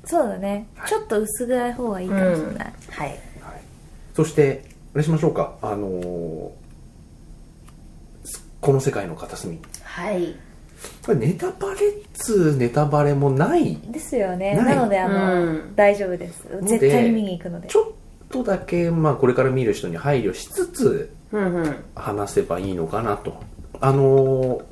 S2: そうだねちょっと薄暗い方がいいかもしれない、
S3: はい
S1: はい、そしてあれしましょうかあのーすこの世界の片隅
S3: はい
S1: これネタバレっつうネタバレもない
S2: ですよね
S1: ない
S2: なのであの、
S3: うん
S2: 大丈夫です
S1: で
S2: 絶対に見に行くので
S1: ちょっとだけ、まあ、これから見る人に配慮しつつ
S3: うんうん
S1: 話せばいいのかなとあのー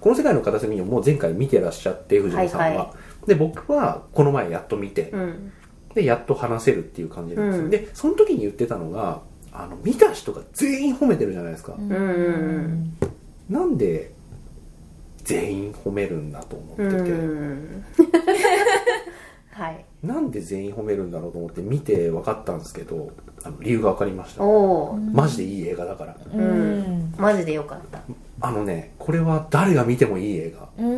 S1: この世界の片隅をもう前回見てらっしゃって藤野さんは、
S3: はいは
S1: で僕はこの前やっと見て、
S3: うん
S1: でやっと話せるっていう感じなんですよ、
S3: うん
S1: でその時に言ってたのがあの見た人が全員褒めてるじゃないですか、
S2: うん
S3: うんうん
S1: なんで全員褒めるんだと思って
S3: うんう
S1: て、
S2: [laughs]
S3: んはい
S1: なんで全員褒めるんだろうと思って見て分かったんですけどあの理由が分かりました
S3: おお
S1: マジでいい映画だから
S2: うん
S3: マジでよかった
S1: あのねこれは誰が見てもいい映画
S2: うーん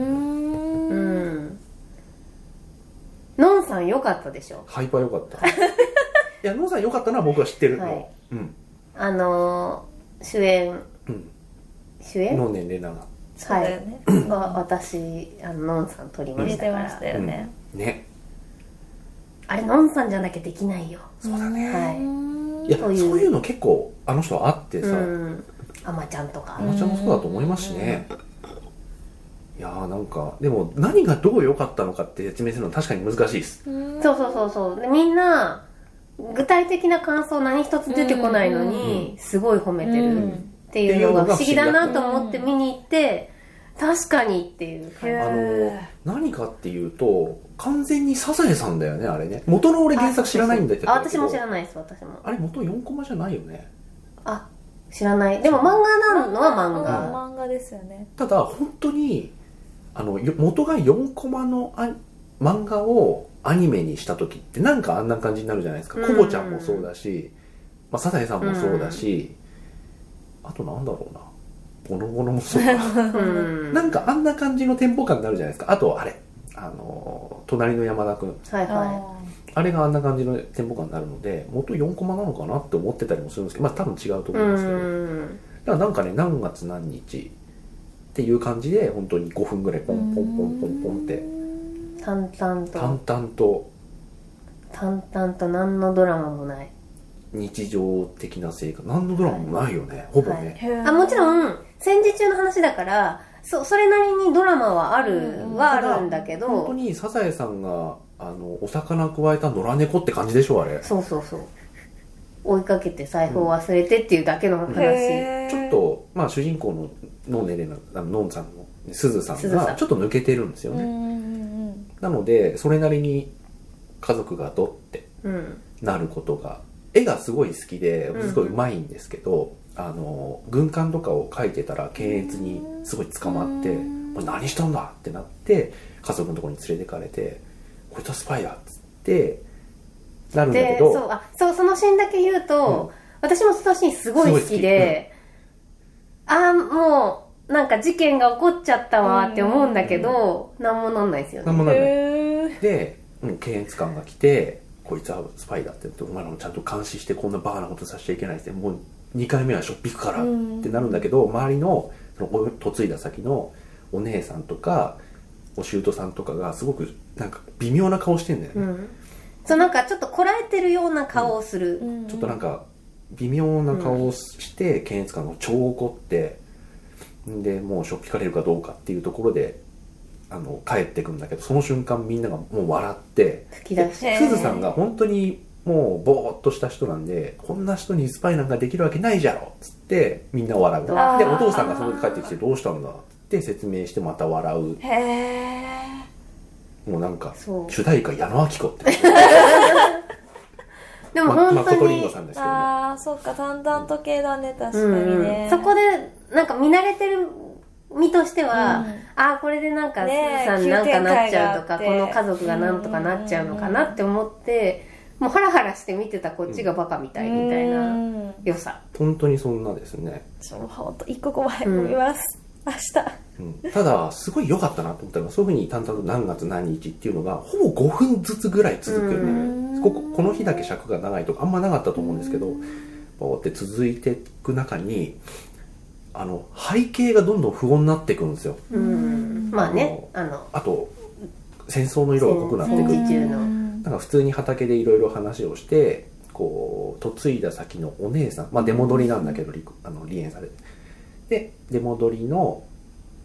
S3: うんのんさん良かったでしょ
S1: ハイパー良かったいやノンさん良かったのは僕は知ってるの、
S3: はい
S1: うん
S3: あのー主演
S1: うん
S3: 主演
S1: のねレナが
S2: そうだよね、
S3: は私あののんさん撮りま
S2: 入れ
S3: してたか
S2: まし
S3: ら
S2: たよね、
S1: ね
S3: あれのんさんじゃなきゃできないよ
S1: そうだ
S2: ね
S3: はい
S1: いや
S3: そ
S1: そうう
S3: いう
S1: いうの結構あの人はあって
S3: う
S1: さ、
S3: んあまちゃんとか
S1: アマちゃんもそうだと思いますしね、いやーなんかでも何がどう良かったのかって説明するのは確かに難しいです
S3: そうそうそうそうでみんな具体的な感想何一つ出てこないのに、すごい褒めて
S2: う
S3: るっ
S2: ん
S3: ていうのが不思議だなと思って
S2: うん
S3: 見に行って、確かにっていう感
S2: へ
S3: じ
S1: あ
S2: ー
S1: の何かっていうと完全にサザエさんだよねあれね元の俺原作知らないんだけど
S3: あ私も知らないです私も
S1: あれ元4コマじゃないよね
S3: あ知らないでも漫画なのは漫
S2: うん
S3: 画
S2: 漫画ですよね
S1: ただ本当にあのよ元が4コマのあ漫画をアニメにした時ってなんかあんな感じになるじゃないですか
S3: うん
S1: コボちゃんもそうだし、まあ、サザエさんもそうだし、あとなんだろうなボノボノもそうだ [laughs]
S3: うん
S1: なんかあんな感じのテンポ感になるじゃないですかあとあれあの隣の山田君
S3: はいは
S2: あ
S1: あれがあんな感じのテンポ感になるので元4コマなのかなって思ってたりもするんですけどまあ多分違うと
S3: いう
S1: 思うんですけど、だ
S3: ん
S1: からなんかね何月何日っていう感じで本当に5分ぐらい
S2: ー
S1: ポンポンポンポンポンって
S2: うん
S3: 淡々と
S1: 淡々と
S3: 淡々と何のドラマもない
S1: 日常的な生活何のドラマもないよね、ほぼね、
S2: へー
S3: あもちろん戦時中の話だからそそれなりにドラマはある、
S2: うん
S3: はあるんだけど
S1: 本当にサザエさんがあのお魚くわえた野良猫って感じでしょあれ
S3: そうそうそう追いかけて財布を忘れてっていうだけの話、
S2: へー
S1: ちょっと、まあ、主人公ののんねねなあののんさんのすずさん
S3: すずさ
S1: が
S3: ん
S1: ちょっと抜けてるんですよ
S2: うんう
S1: ね、
S2: んうん
S1: なのでそれなりに家族がどって
S3: うん、
S1: なることが絵がすごい好きで
S3: うん
S1: すごいうまいんですけど、あの軍艦とかを描いてたら検閲にすごい捕まって
S2: うん
S1: 「これ何したんだ!」ってなって家族のところに連れてかれて「こいつはスパイだ!」っつってなるんだけ
S3: で
S1: ど
S3: そうあそうそのシーンだけ言うと、私もそのシーンすごい好きで、ああもうなんか事件が起こっちゃったわって思うんだけど、なん、何もなんないですよ
S1: なん
S3: ね
S1: もなんない
S2: へー
S1: で、うん、検閲官が来て「こいつはスパイだ」って言って「お前らもちゃんと監視してこんなバカなことさせちゃいけない」って「もう2回目はしょっぴくから」
S2: うん
S1: ってなるんだけど周りのそのお嫁いだ先のお姉さんとかお舅さんとかがすごくなんか微妙な顔してんだよ
S3: う
S1: ね、
S3: んそうなんかちょっとこらえてるような顔をする、
S2: うん
S1: ちょっとなんか微妙な顔をして検閲官が超怒ってんでもうしょっぴかれるかどうかっていうところであの帰ってくんだけどその瞬間みんながもう笑って
S3: 吹き出し
S2: へー
S1: すずさんが本当にもうぼーっとした人なんでこんな人にスパイなんかできるわけないじゃろっつってみんな笑うで
S2: あー
S1: お父さんがそこで帰ってきてどうしたんだって説明してまた笑う
S2: へえ
S1: もうなんか
S3: そう
S1: 主題歌矢野顕子って
S3: [laughs] でも
S1: ま
S3: 本当
S1: 誠リン
S3: に、
S1: ゴさんですけども
S2: ああそっか淡々と系だね確かに
S3: うん
S2: ね
S3: そこでなんか見慣れてる身としては、
S2: うん
S3: ああこれでなんかすず
S2: ねえ
S3: さんなんかなっちゃうとか、
S2: 急
S3: こ
S2: 展開があ
S3: の
S2: って
S3: 家族がなんとかなっちゃうのかなって思って、もうハラハラして見てたこっちがバカみたいみたいな
S2: うん
S3: 良さ、
S1: 本当にそんなですね、
S2: そうほんと一刻も早く
S3: うん
S2: 見ます、明日
S1: うん、ただすごい良かったなと思ったのがそういうふうに淡々と何月何日っていうのがほぼ5分ずつぐらい続くよ
S3: う
S1: ね
S2: ん
S1: こここの日だけ尺が長いとかあんまなかったと思うんですけどこうやって続いていく中にあの背景がどんどん不穏になっていくんですよ
S3: うんまあね
S1: う
S3: あの
S1: あと戦争の色が濃くなっていく
S3: 戦時中の
S2: うん
S1: なんか普通に畑でいろいろ話をしてこう嫁いだ先のお姉さんまあ出戻りなんだけど離あの離縁されてで出戻りの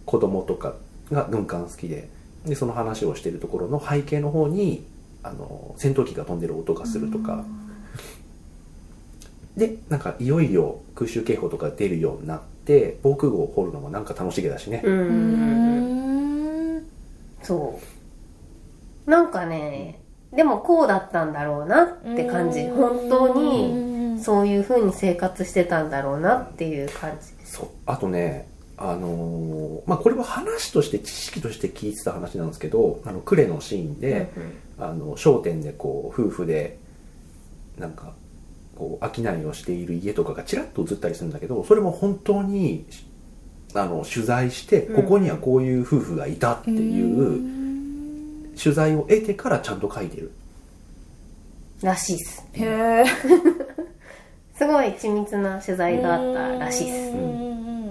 S1: 子供とかが軍艦好きででその話をしてるところの背景の方にあの戦闘機が飛んでる音がするとか、でなんかいよいよ空襲警報とか出るようになって防空壕を掘るのもなんか楽しげだしね、
S3: うん、
S2: うん
S3: そうなんかねでもこうだったんだろうなって感じ、本当に
S2: に
S3: そういう風に生活してたんだろうなっていう感じ
S1: そうあとねあのーまあこれは話として知識として聞いてた話なんですけどあの呉のシーンで、あの商店でこう夫婦でなんかこう商いをしている家とかがちらっと映ったりするんだけどそれも本当にあの取材してここにはこういう夫婦がいたっていう取材を得てからちゃんと書いてる
S3: らしいっす
S2: へえ
S3: すごい緻密な取材があったらしいっす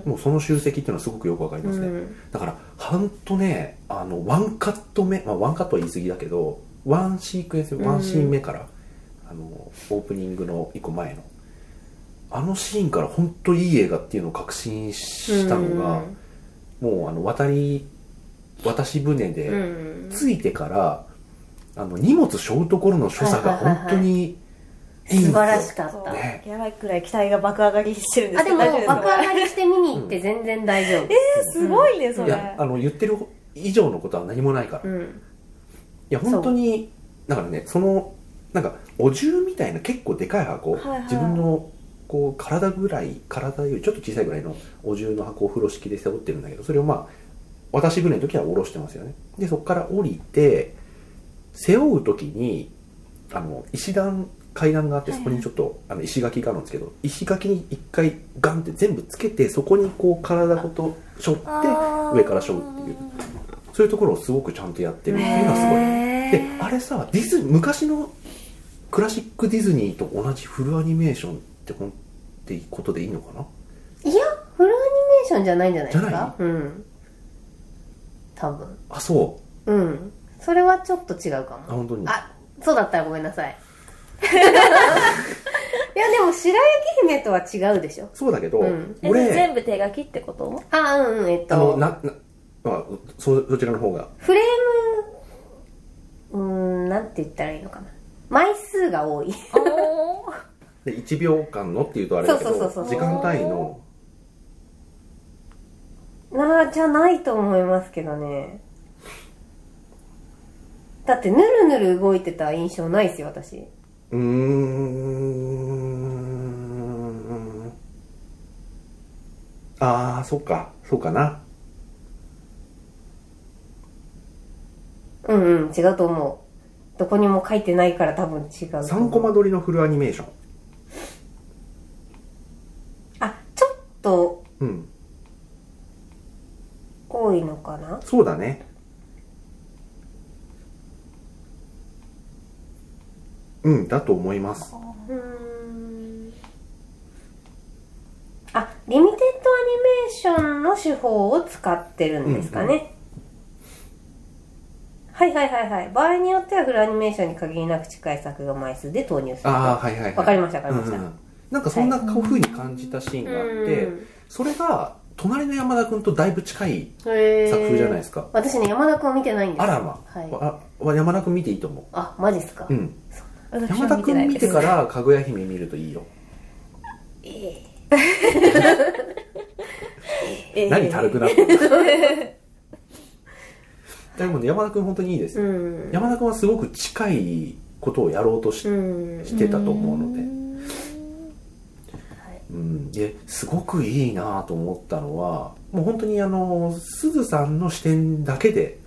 S1: もうその集積っていうのはすごくよくわかりますね、
S3: うん
S1: だから半とねあのワンカット目、まあ、ワンカットは言い過ぎだけどワンシークエンス
S3: ん
S1: ワンシーン目から、あのオープニングの一個前のあのシーンから本当いい映画っていうのを確信したのが、もうあの渡り渡し船
S3: うんう
S1: で
S3: ん
S1: 着いてから、あの荷物背負うところの所作が本当にいいんです
S3: 素
S1: よ
S3: 晴らしかった、
S1: ね
S2: やばいくらい期待が爆上がりしてるんで
S3: あ
S2: す
S3: で
S2: け
S3: も
S2: ど大丈夫
S3: 爆
S2: で
S3: 上
S2: すか
S3: がりして見に行って全然大丈夫、
S2: えーすごいねそ
S1: い
S2: れ
S1: やあの言ってる以上のことは何もないから、
S3: う
S1: い
S3: ん、
S1: や本当にだからねそのなんかお重みたいな結構でかい箱、
S2: はいはい
S1: 自分のこう体ぐらい体よりちょっと小さいぐらいのお重の箱を風呂敷で背負ってるんだけどそれをまあ私船の時は下ろしてますよねでそこから降りて背負う時にあの石段階段があって
S2: は
S1: そ
S2: い
S1: こ
S2: はい
S1: にちょっと、あの石垣があるんですけど石垣に一回ガンって全部つけてそこにこう体ごと背負って
S2: あー
S1: 上から背負うっていうそういうところをすごくちゃんとやってるっていうのはすごい。であれさディズニー昔のクラシックディズニーと同じフルアニメーションってほんっていうことでいいのかない
S3: やフルアニメーションじゃないんじゃないです
S1: じゃない
S3: かうん多分
S1: あそう
S3: うんそれはちょっと違うか
S1: あ
S3: も
S1: 本当に
S3: あそうだったらごめんな [laughs] さいいやでも白雪姫とは違うでしょ
S1: そうだけど、
S3: うん
S2: え全
S1: 俺
S2: 部手書きってこと
S3: あうんうんえっ
S1: あの
S3: と
S1: なな、まあ、そそちらの方が
S3: フレームうーんなんて言ったらいいのかな枚数が多い
S2: おー
S1: で1秒間のっていうとあれだけど
S3: そうそうそうそう
S1: 時間単位の
S3: なあじゃないと思いますけどねだってぬるぬる動いてた印象ないですよ私
S1: うーんああそうかそうかな
S3: うんうん違うと思うどこにも書いてないから多分違うと思う
S1: 3コマ撮りのフルアニメーション
S3: あちょっと
S1: うん
S3: 多いのかな
S1: そうだねうんだと思います
S3: うーんあリミテッドアニメーションの手法を使ってるんですかね、はいはいはいはい場合によってはフルアニメーションに限りなく近い作画枚数で投入すると
S1: ああ
S3: わ
S1: はいはいはい
S3: かりましたわか
S1: う
S3: り
S1: ん
S3: ました、
S1: うんなんかそんなこういうふうに感じたシーンがあって、
S3: うん
S1: それが隣の山田君とだいぶ近い
S3: へー
S1: 作風じゃないですか
S3: 私ね山田君を見てないんです
S1: あらま、
S3: はい
S1: ああ山田君見ていいと思
S3: あマジっすか、
S1: う、うん、
S2: 私
S1: 山
S2: は
S1: 田
S2: 見てな
S1: 君
S2: い
S1: 見
S2: です
S1: てからかぐや姫見るといいよ
S2: えー
S1: [laughs] 何たるくなってるでもね山田君本当にいいです
S3: う
S1: よ、
S3: ん
S1: 山田君はすごく近いことをやろうとし,、
S3: うん
S1: してたと思うので
S3: はい
S1: うん、ですごくいいなと思ったのはもう本当にあのすずさんの視点だけで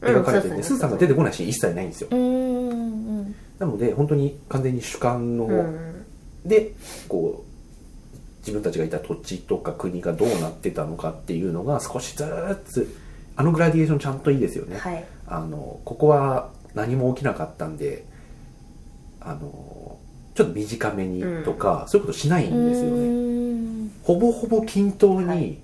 S1: 描かれてる
S3: うんそうですね
S1: んで、すずさんが出てこないシーン一切ないんですよ
S2: うーんうん
S1: なので本当に完全に主観の、
S3: うん
S1: でこう自分たちがいた土地とか国がどうなってたのかっていうのが少しずつあのグラディエーションちゃんといいですよね、
S3: はい
S1: あのここは何も起きなかったんであのちょっと短めにとか、そういうことしないんですよね、
S2: ね
S1: ほぼほぼ均等に、
S3: はい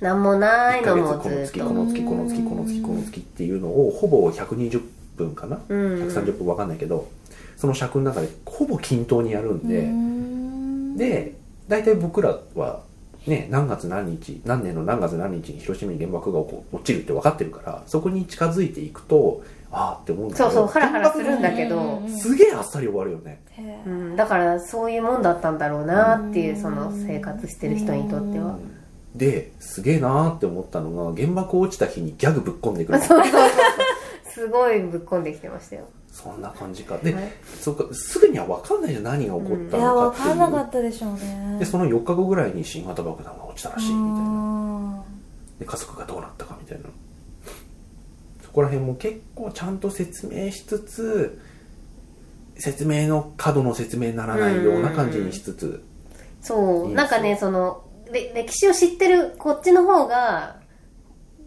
S3: なんもない
S1: 1ヶ
S3: の
S1: 月
S3: も
S1: この
S3: ずっ
S1: 月
S3: と
S1: この月この月この月この月っていうのをほぼ120分かな
S3: うん
S1: 130分わかんないけどその尺の中でほぼ均等にやるんでで大体僕らはね何月何日何年の何月何日に広島に原爆が起こ落ちるって分かってるからそこに近づいていくとああって思うんだけ
S3: そ
S1: ど
S3: うそうハラハラするんだけ
S2: うんうんう、
S3: ど
S2: ん
S1: すげえあっさり終わるよね
S3: うん、だからそういうもんだったんだろうなっていううんその生活してる人にとっては
S1: ですげえなーって思ったのが原爆落ちた日にギャグぶっ込んでくる
S3: そうそうそう [laughs] すごいぶっこんできてましたよ
S1: そんな感じかで
S3: はい
S1: そうかすぐには分かんないじゃん何が起こっ
S2: い
S1: た
S2: や
S1: の
S2: わ
S1: かってい
S2: か
S1: う、
S2: んなかったでしょうね
S1: でその4日後ぐらいに新型爆弾が落ちたらしいみたいな
S2: な
S1: で家族がどうなったかみたいなそこら辺も結構ちゃんと説明しつつ説明の過度の説明にならないような感じにしつつ
S3: そう
S1: いいですよ
S3: なんかねそのれ歴史を知ってるこっちの方が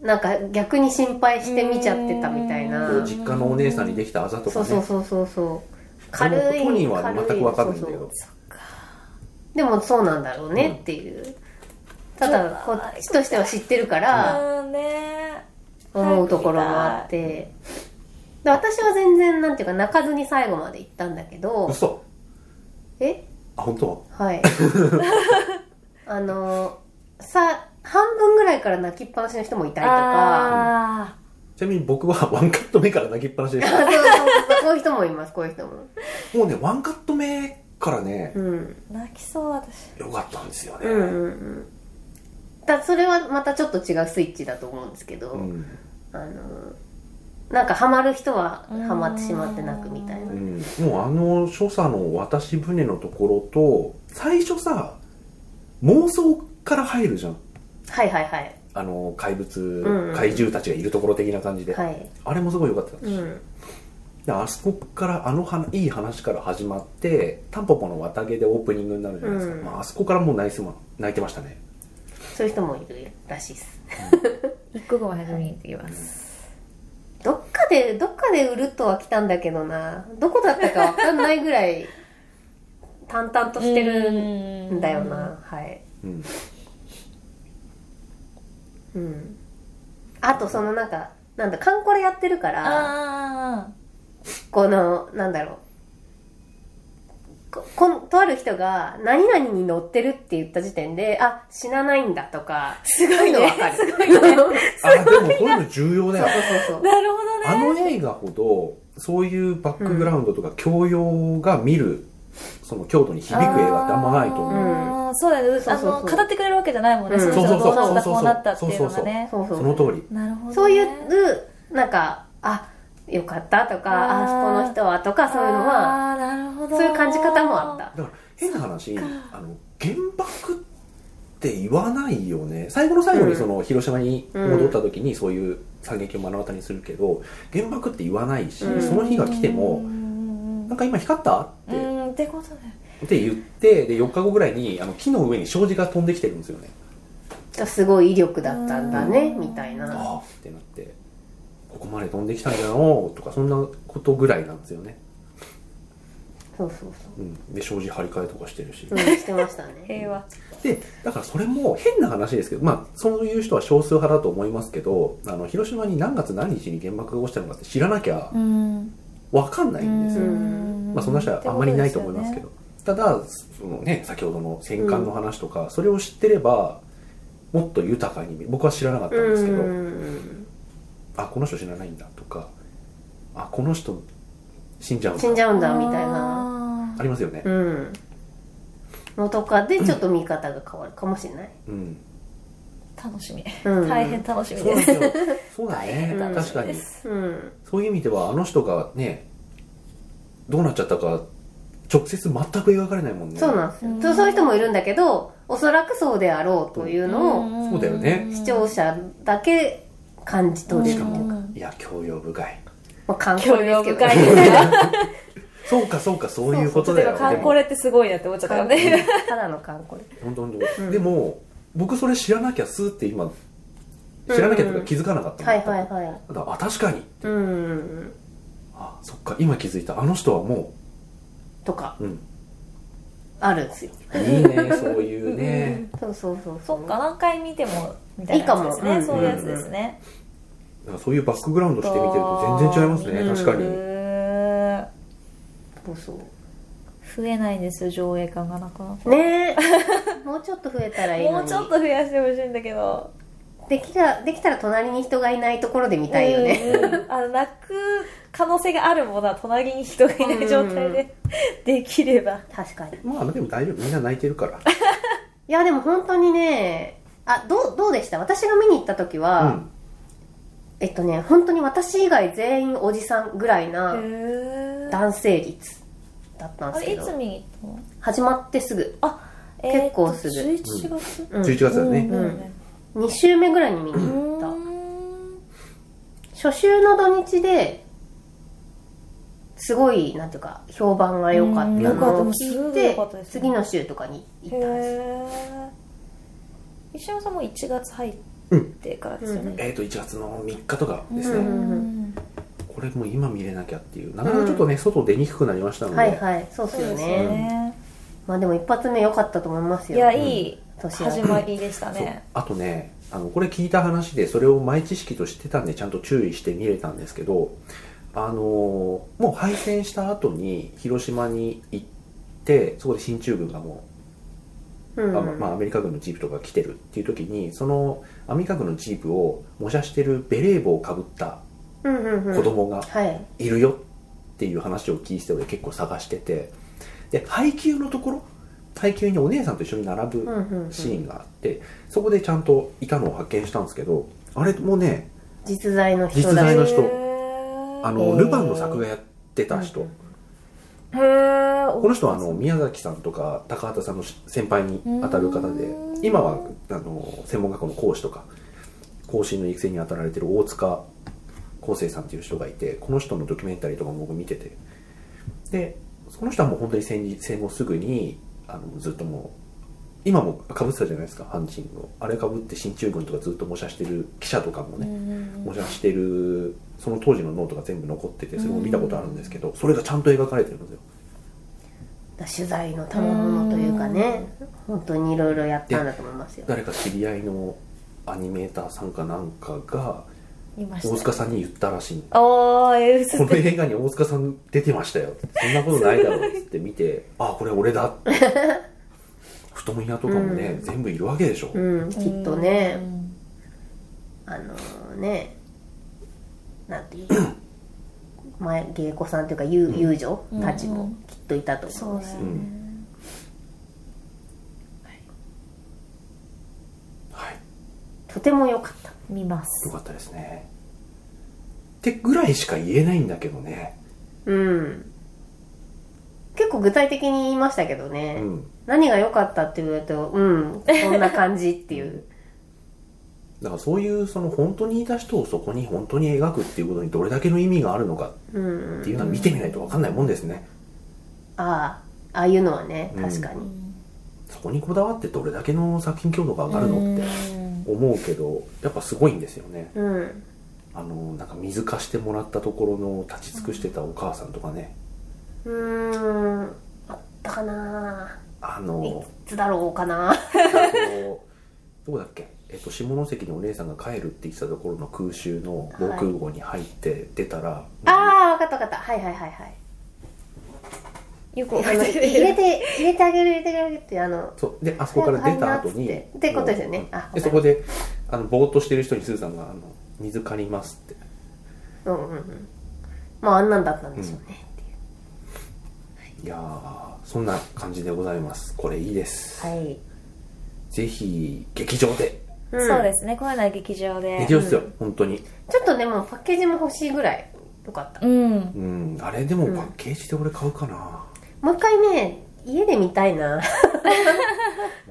S3: なんか逆に心配して見ちゃってたみたいな
S2: うん
S1: 実家のお姉さんにできたあざとか
S3: そう
S1: ね
S3: そうそうそうそう軽
S1: でも
S3: い
S1: 当人は全く分かんないんだけ
S3: 軽
S1: ど
S3: そうそうでもそうなんだろうねっていう、ただこっちとしては知ってるから
S2: うんね
S3: 思うところもあってで私は全然なんていうか泣かずに最後まで行ったんだけど
S1: 嘘
S3: え
S1: あ本当
S3: はい [laughs] あのさ半分ぐらいから泣きっぱなしの人もいたりとか
S2: あ
S1: ちなみに僕は [laughs] ワンカット目から泣きっぱなしでし
S3: そうそうそうこういう人もいますこういう人も
S1: たもうねワンカット目からね
S3: うん
S2: ー泣きそう私
S1: 良かったんですよね
S3: うんうんうんだそれはまたちょっと違うスイッチだと思うんですけど、
S1: うん
S3: あのなんかハマる人はハマってしまって泣くみたいうなん
S1: もうあの所作の渡し船のところと最初さ妄想から入るじゃん
S3: はいはいはい
S1: あの怪物、
S3: うんうん
S1: 怪獣たちがいるところ的な感じで、
S3: はい
S1: あれもすごい良かったし、
S3: うん
S1: であそこからあのはいい話から始まってタンポポの綿毛でオープニングになるじゃないですか、
S3: うん
S1: まあ、あそこからもう泣いてま泣いてましたね
S3: そういう人もいるらしいです
S2: 一刻も早く見に行ってきます
S3: どっかでどっかでうるっとは来たんだけどなどこだったかわかんないぐら
S1: [laughs]
S3: い淡々としてるんだよなはい
S1: うん
S3: うんあとそのなんかなんだカンコレやってるから
S2: ああ
S3: このなんだろうここんとある人が何々に乗ってるって言った時点であ死なないんだとか
S2: すごいね
S3: そううのわかる
S1: あでもそういうの重要だ
S3: [laughs] そう
S1: よ
S3: そうそうそう
S2: なるほどね
S1: あの映画ほどそういうバックグラウンドとか教養が見る、その強度に響く映画ってあんまないと思う
S2: あーそうだよね
S3: そうそうそう
S2: あの語ってくれるわけじゃないもんね、
S3: うん
S2: その人がどうなった
S1: そう
S2: こ
S1: そうそ
S2: うなった
S1: う
S2: っていうのがね
S3: そう
S1: そ
S3: そう
S1: の通り
S2: なるほど、ね、
S3: そういうなんかあよかったとか
S2: あ
S3: あ
S2: ー
S3: この人はとかそういうのは
S2: あーなるほど
S3: そういう感じ方もあった
S1: だから変な話あの原爆って言わないよね最後の最後
S3: う
S1: に
S3: ん
S1: その広島に戻った時にそういう惨劇を目の当たりにするけど原爆って言わないし、
S3: うん
S1: その日が来て
S2: う
S1: も「
S2: ん
S1: なんか今光った?」
S2: う
S1: っ
S2: んってことだよ
S1: てって言ってで4日後ぐらいにあの木の上に障子が飛んできてるんですよね
S3: すごい威力だったんだね
S2: うん
S3: みたい
S1: 「
S3: な
S1: ああ」ってなって「ここまで飛んできたんじゃの?」とかそんなことぐらいなんですよね、
S3: そうそう
S1: うん、で障子張り替えとかしてるし、
S3: そう、うん、して
S2: [laughs]
S3: ましたね
S2: 平和
S1: でだからそれも変な話ですけど、まあ、そういう人は少数派だと思いますけどあの広島に何月何日に原爆が落ちたのかって知らなきゃ
S2: うん
S1: 分かんないんですよ、
S3: ん
S1: まあ、そんな人はあんまりいないと思いますけど、ただその、ね、先ほどの戦艦の話とか、それを知ってればもっと豊かに見僕は知らなかったん
S3: う
S1: ですけど、
S3: ん
S1: あこの人知らないんだとかあこの人死んじゃうんだ
S3: 死んじゃ
S2: な
S3: うんだみたいな
S1: ありますよね
S3: う、んのとかでちょっと見方が変わるかもしれない、
S1: うん、
S2: 楽しみ
S3: うん、
S2: 大変楽しみ
S1: そ
S2: で
S1: うなん
S2: す
S1: ですよそうだね
S3: うん
S1: 確かに
S3: うん
S1: そういう意味ではあの人がねどうなっちゃったか直接全く描かれないもんね
S3: そうなんですよ、
S2: うん
S3: そうそういう人もいるんだけどおそらくそうであろうというのを
S1: そうだよね
S3: 視聴者だけ感じ取れ
S1: し
S3: るって
S1: か
S3: いうか、
S1: もいや教養深い
S3: まあ、感想
S2: 興
S3: で
S2: 味
S3: すけど
S2: 深いですね
S1: そうかそうかそういうこと
S2: 例え
S1: だよ
S2: ばカンコレってすごいなって思っちゃったよ
S3: 観
S2: ね
S3: 光ただの観光
S1: でも本当本当
S3: うん
S1: でも僕それ知らなきゃスーって今知らなきゃと
S3: うん
S1: か
S3: うん
S1: 気づかなかったの
S3: はいはいはい
S1: だからあ確かに
S3: うん
S1: あそっか今気づいたあの人はも
S3: とか
S1: う、うん、
S3: あるんですよ
S1: いい
S3: [laughs]
S1: ねそういうね
S3: そうそうそう
S2: そっか何回見てもみたいなやつです
S3: いいか
S2: ね
S3: も
S2: そういうやつですね
S1: だからそういうバックグラウンドして見てると全然違いますね
S3: うん
S1: 確か
S2: う
S1: に
S2: ーん
S3: そうそ
S2: 増えないんですよ上映感がなくなって
S3: うね [laughs] えもうちょっと増えたらいいのに
S2: もうちょっと増やしてほしいんだけど
S3: できたできたら隣に人がいないところで見たいよね、
S2: うん [laughs] あの泣く可能性があるものは隣に人がいない状態で [laughs] できれば
S3: 確かに
S1: まあでも大丈夫みんな泣いてるから
S3: いやでも本当にねあどうどうでした私が見に行った時は、
S1: うん
S3: えっとね本当に私以外全員おじさんぐらいな
S2: あ
S3: 男性率だったんです
S2: れ
S3: け
S2: いつ
S3: ど
S2: 見に行っ
S3: 始まってすぐ、
S2: たの
S3: 結構すぐ
S2: えーと11月
S3: うん、
S1: 11月だね、
S2: うんよね
S3: 2週目ぐらいに見に
S2: う
S3: 行
S2: ー
S3: っ
S2: ん
S3: た初週の土日ですごいなんていうか評判が良かった
S2: うん良かった
S3: のを
S2: もうす
S3: 聞い
S2: ごい良
S3: て
S2: かったですね
S3: 次の週とかに行ったんです
S2: へ石山さんも1月入ってからですよね、
S1: えっ、と1月の3日とかですね、
S3: うん
S1: これもう今見れなきゃっていうなかなかちょっとね、外出にくくなりましたので、
S3: はいはいそうっす
S2: そう
S3: よ
S2: です
S3: ね
S1: ね
S2: ね、
S3: まあでも一発目良かったと思います
S2: い
S3: よ
S2: やいい
S3: 年
S2: 始まりでした
S1: そう
S2: ね
S1: あとねあのこれ聞いた話でそれを前知識としてたんでちゃんと注意して見れたんですけどあのーもう敗戦した後に広島に行ってそこで進駐軍がも
S3: う
S1: う、
S3: ん
S1: あまあ、アメリカ軍のジープとか来てるっていう時にそのアメリカ軍のジープを模写してるベレー帽をかぶった
S3: うんうんうん
S1: 子供が
S3: はい
S1: いるよっていう話を聞いて俺結構探しててで配給のところ配給にお姉さんと一緒に並ぶ
S3: うんうんうん
S1: シーンがあってそこでちゃんといたのを発見したんですけどあれもね
S3: 実在の人
S1: 実在の人
S2: へ
S1: あ
S3: へ
S1: の
S3: ー
S1: ルパンの作画やってた人
S2: ーへー
S1: この人はあの宮崎さんとか高畑さんの先輩に当たる方で
S2: うん
S1: 今はあの専門学校の講師とか後進の育成に当たられてる大塚康生さんっていう人がいてこの人のドキュメンタリーとかも僕見ててでこの人はもう本当に戦時戦後すぐにあのずっともう今もかぶってたじゃないですかハンチングをあれかぶって進駐軍とかずっと模写してる記者とかも
S2: う
S1: ね、
S2: ん
S1: 模写してるその当時のノートが全部残っててそれも見たことあるんですけどそれがちゃんと描かれてるんですよ
S3: 取材の賜物というかね本当にいろいろやったんだと思いますよ
S1: 誰か知り合いのアニメーターさんかなんかが
S2: いました
S1: 大塚さんに言ったらしいの
S2: ああえー、
S1: この映画に大塚さん出てましたよそんなことないだろうっつって見
S3: [laughs]
S1: てあこれ俺だ太もやとかもね、
S3: うん
S1: 全部いるわけでしょ、
S3: うんきっと
S2: う
S3: ね
S2: ん
S3: あのねなんていう
S1: [coughs]
S3: 前芸妓さんというか遊遊女たちもきっといたと
S2: そ
S3: 思
S2: う
S3: う
S2: だ
S3: し
S2: よ
S1: う
S2: ね、
S1: はい
S3: とても良かった
S2: 見ま
S1: よ
S2: す
S1: かったですねってぐらいしか言えないんだけどね
S3: うん結構具体的に言いましたけど
S1: う
S3: ね、
S1: ん
S3: 何が良かったって言われるとうんこんな感じっていう
S1: [laughs] だからそういうその本当にいた人をそこに本当に描くっていうことにどれだけの意味があるのか
S3: うん
S1: っ
S3: う
S1: てい
S3: ん
S1: うのは見てみないと分かんないもんですね、
S3: ああああいうのはね
S1: うん
S3: 確かに、
S1: そこにこだわってどれだけの作品強度が上がるのって
S2: うん
S1: 思うけどやっぱすごいんですよね
S3: うん
S1: あのなんか水貸してもらったところの立ち尽くしてたお母さんとかね
S3: うーんあったかな
S1: あ
S3: い
S1: の
S3: つだろうか [laughs] な
S1: あのどこだっけ、えっと、下関にお姉さんが帰るって言ってたところの空襲の防空壕に入って出たら、
S3: ああ分かった分かったはいはいはいはい
S2: よく
S3: あの
S2: わかんない
S3: [laughs] 入れて入れてあげる入れてあげるってあの
S1: そうであそこから出た後に
S3: 早く入んなっつってってことですよね
S1: もう
S3: あ
S1: でそこであのぼーっとしてる人にスーさんがあの「水借ります」って
S3: うんうんうんまああんなんだったんでしょうね、っていう
S1: いやーそんな感じでございますこれいいです、
S3: はい、
S1: ぜひ劇場で
S3: ん
S2: そうですねこういうのは劇場で
S1: 劇場ですよ、本当に
S3: ちょっとでもパッケージも欲しいぐらいよかった
S2: うん
S1: うんあれでも
S3: うん
S1: パッケージで俺買うかな、
S3: もう一回ね家で見たい [laughs] な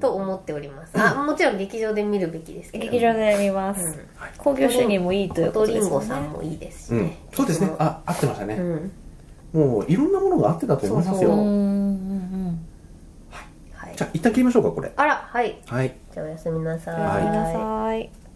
S3: と思っておりますあもちろん劇場で見るべきですけど
S2: 劇場で見ます、
S3: うん
S2: 興行収入もいいというこ
S3: 音
S2: と
S3: リ
S2: です
S3: ン
S2: よ
S3: ゴ
S2: ね
S3: さんもいいですし
S1: うん
S3: ね、
S1: そうですねあ合ってました
S3: う
S1: ね、
S3: ん
S1: もういろんなものが合ってたと思いますよ
S3: そううん
S2: うん
S3: はい
S1: じゃあ一旦切りましょうかこれ
S3: あらはい
S1: はい
S3: じゃあおやすみなさい
S2: うんおやすみなさい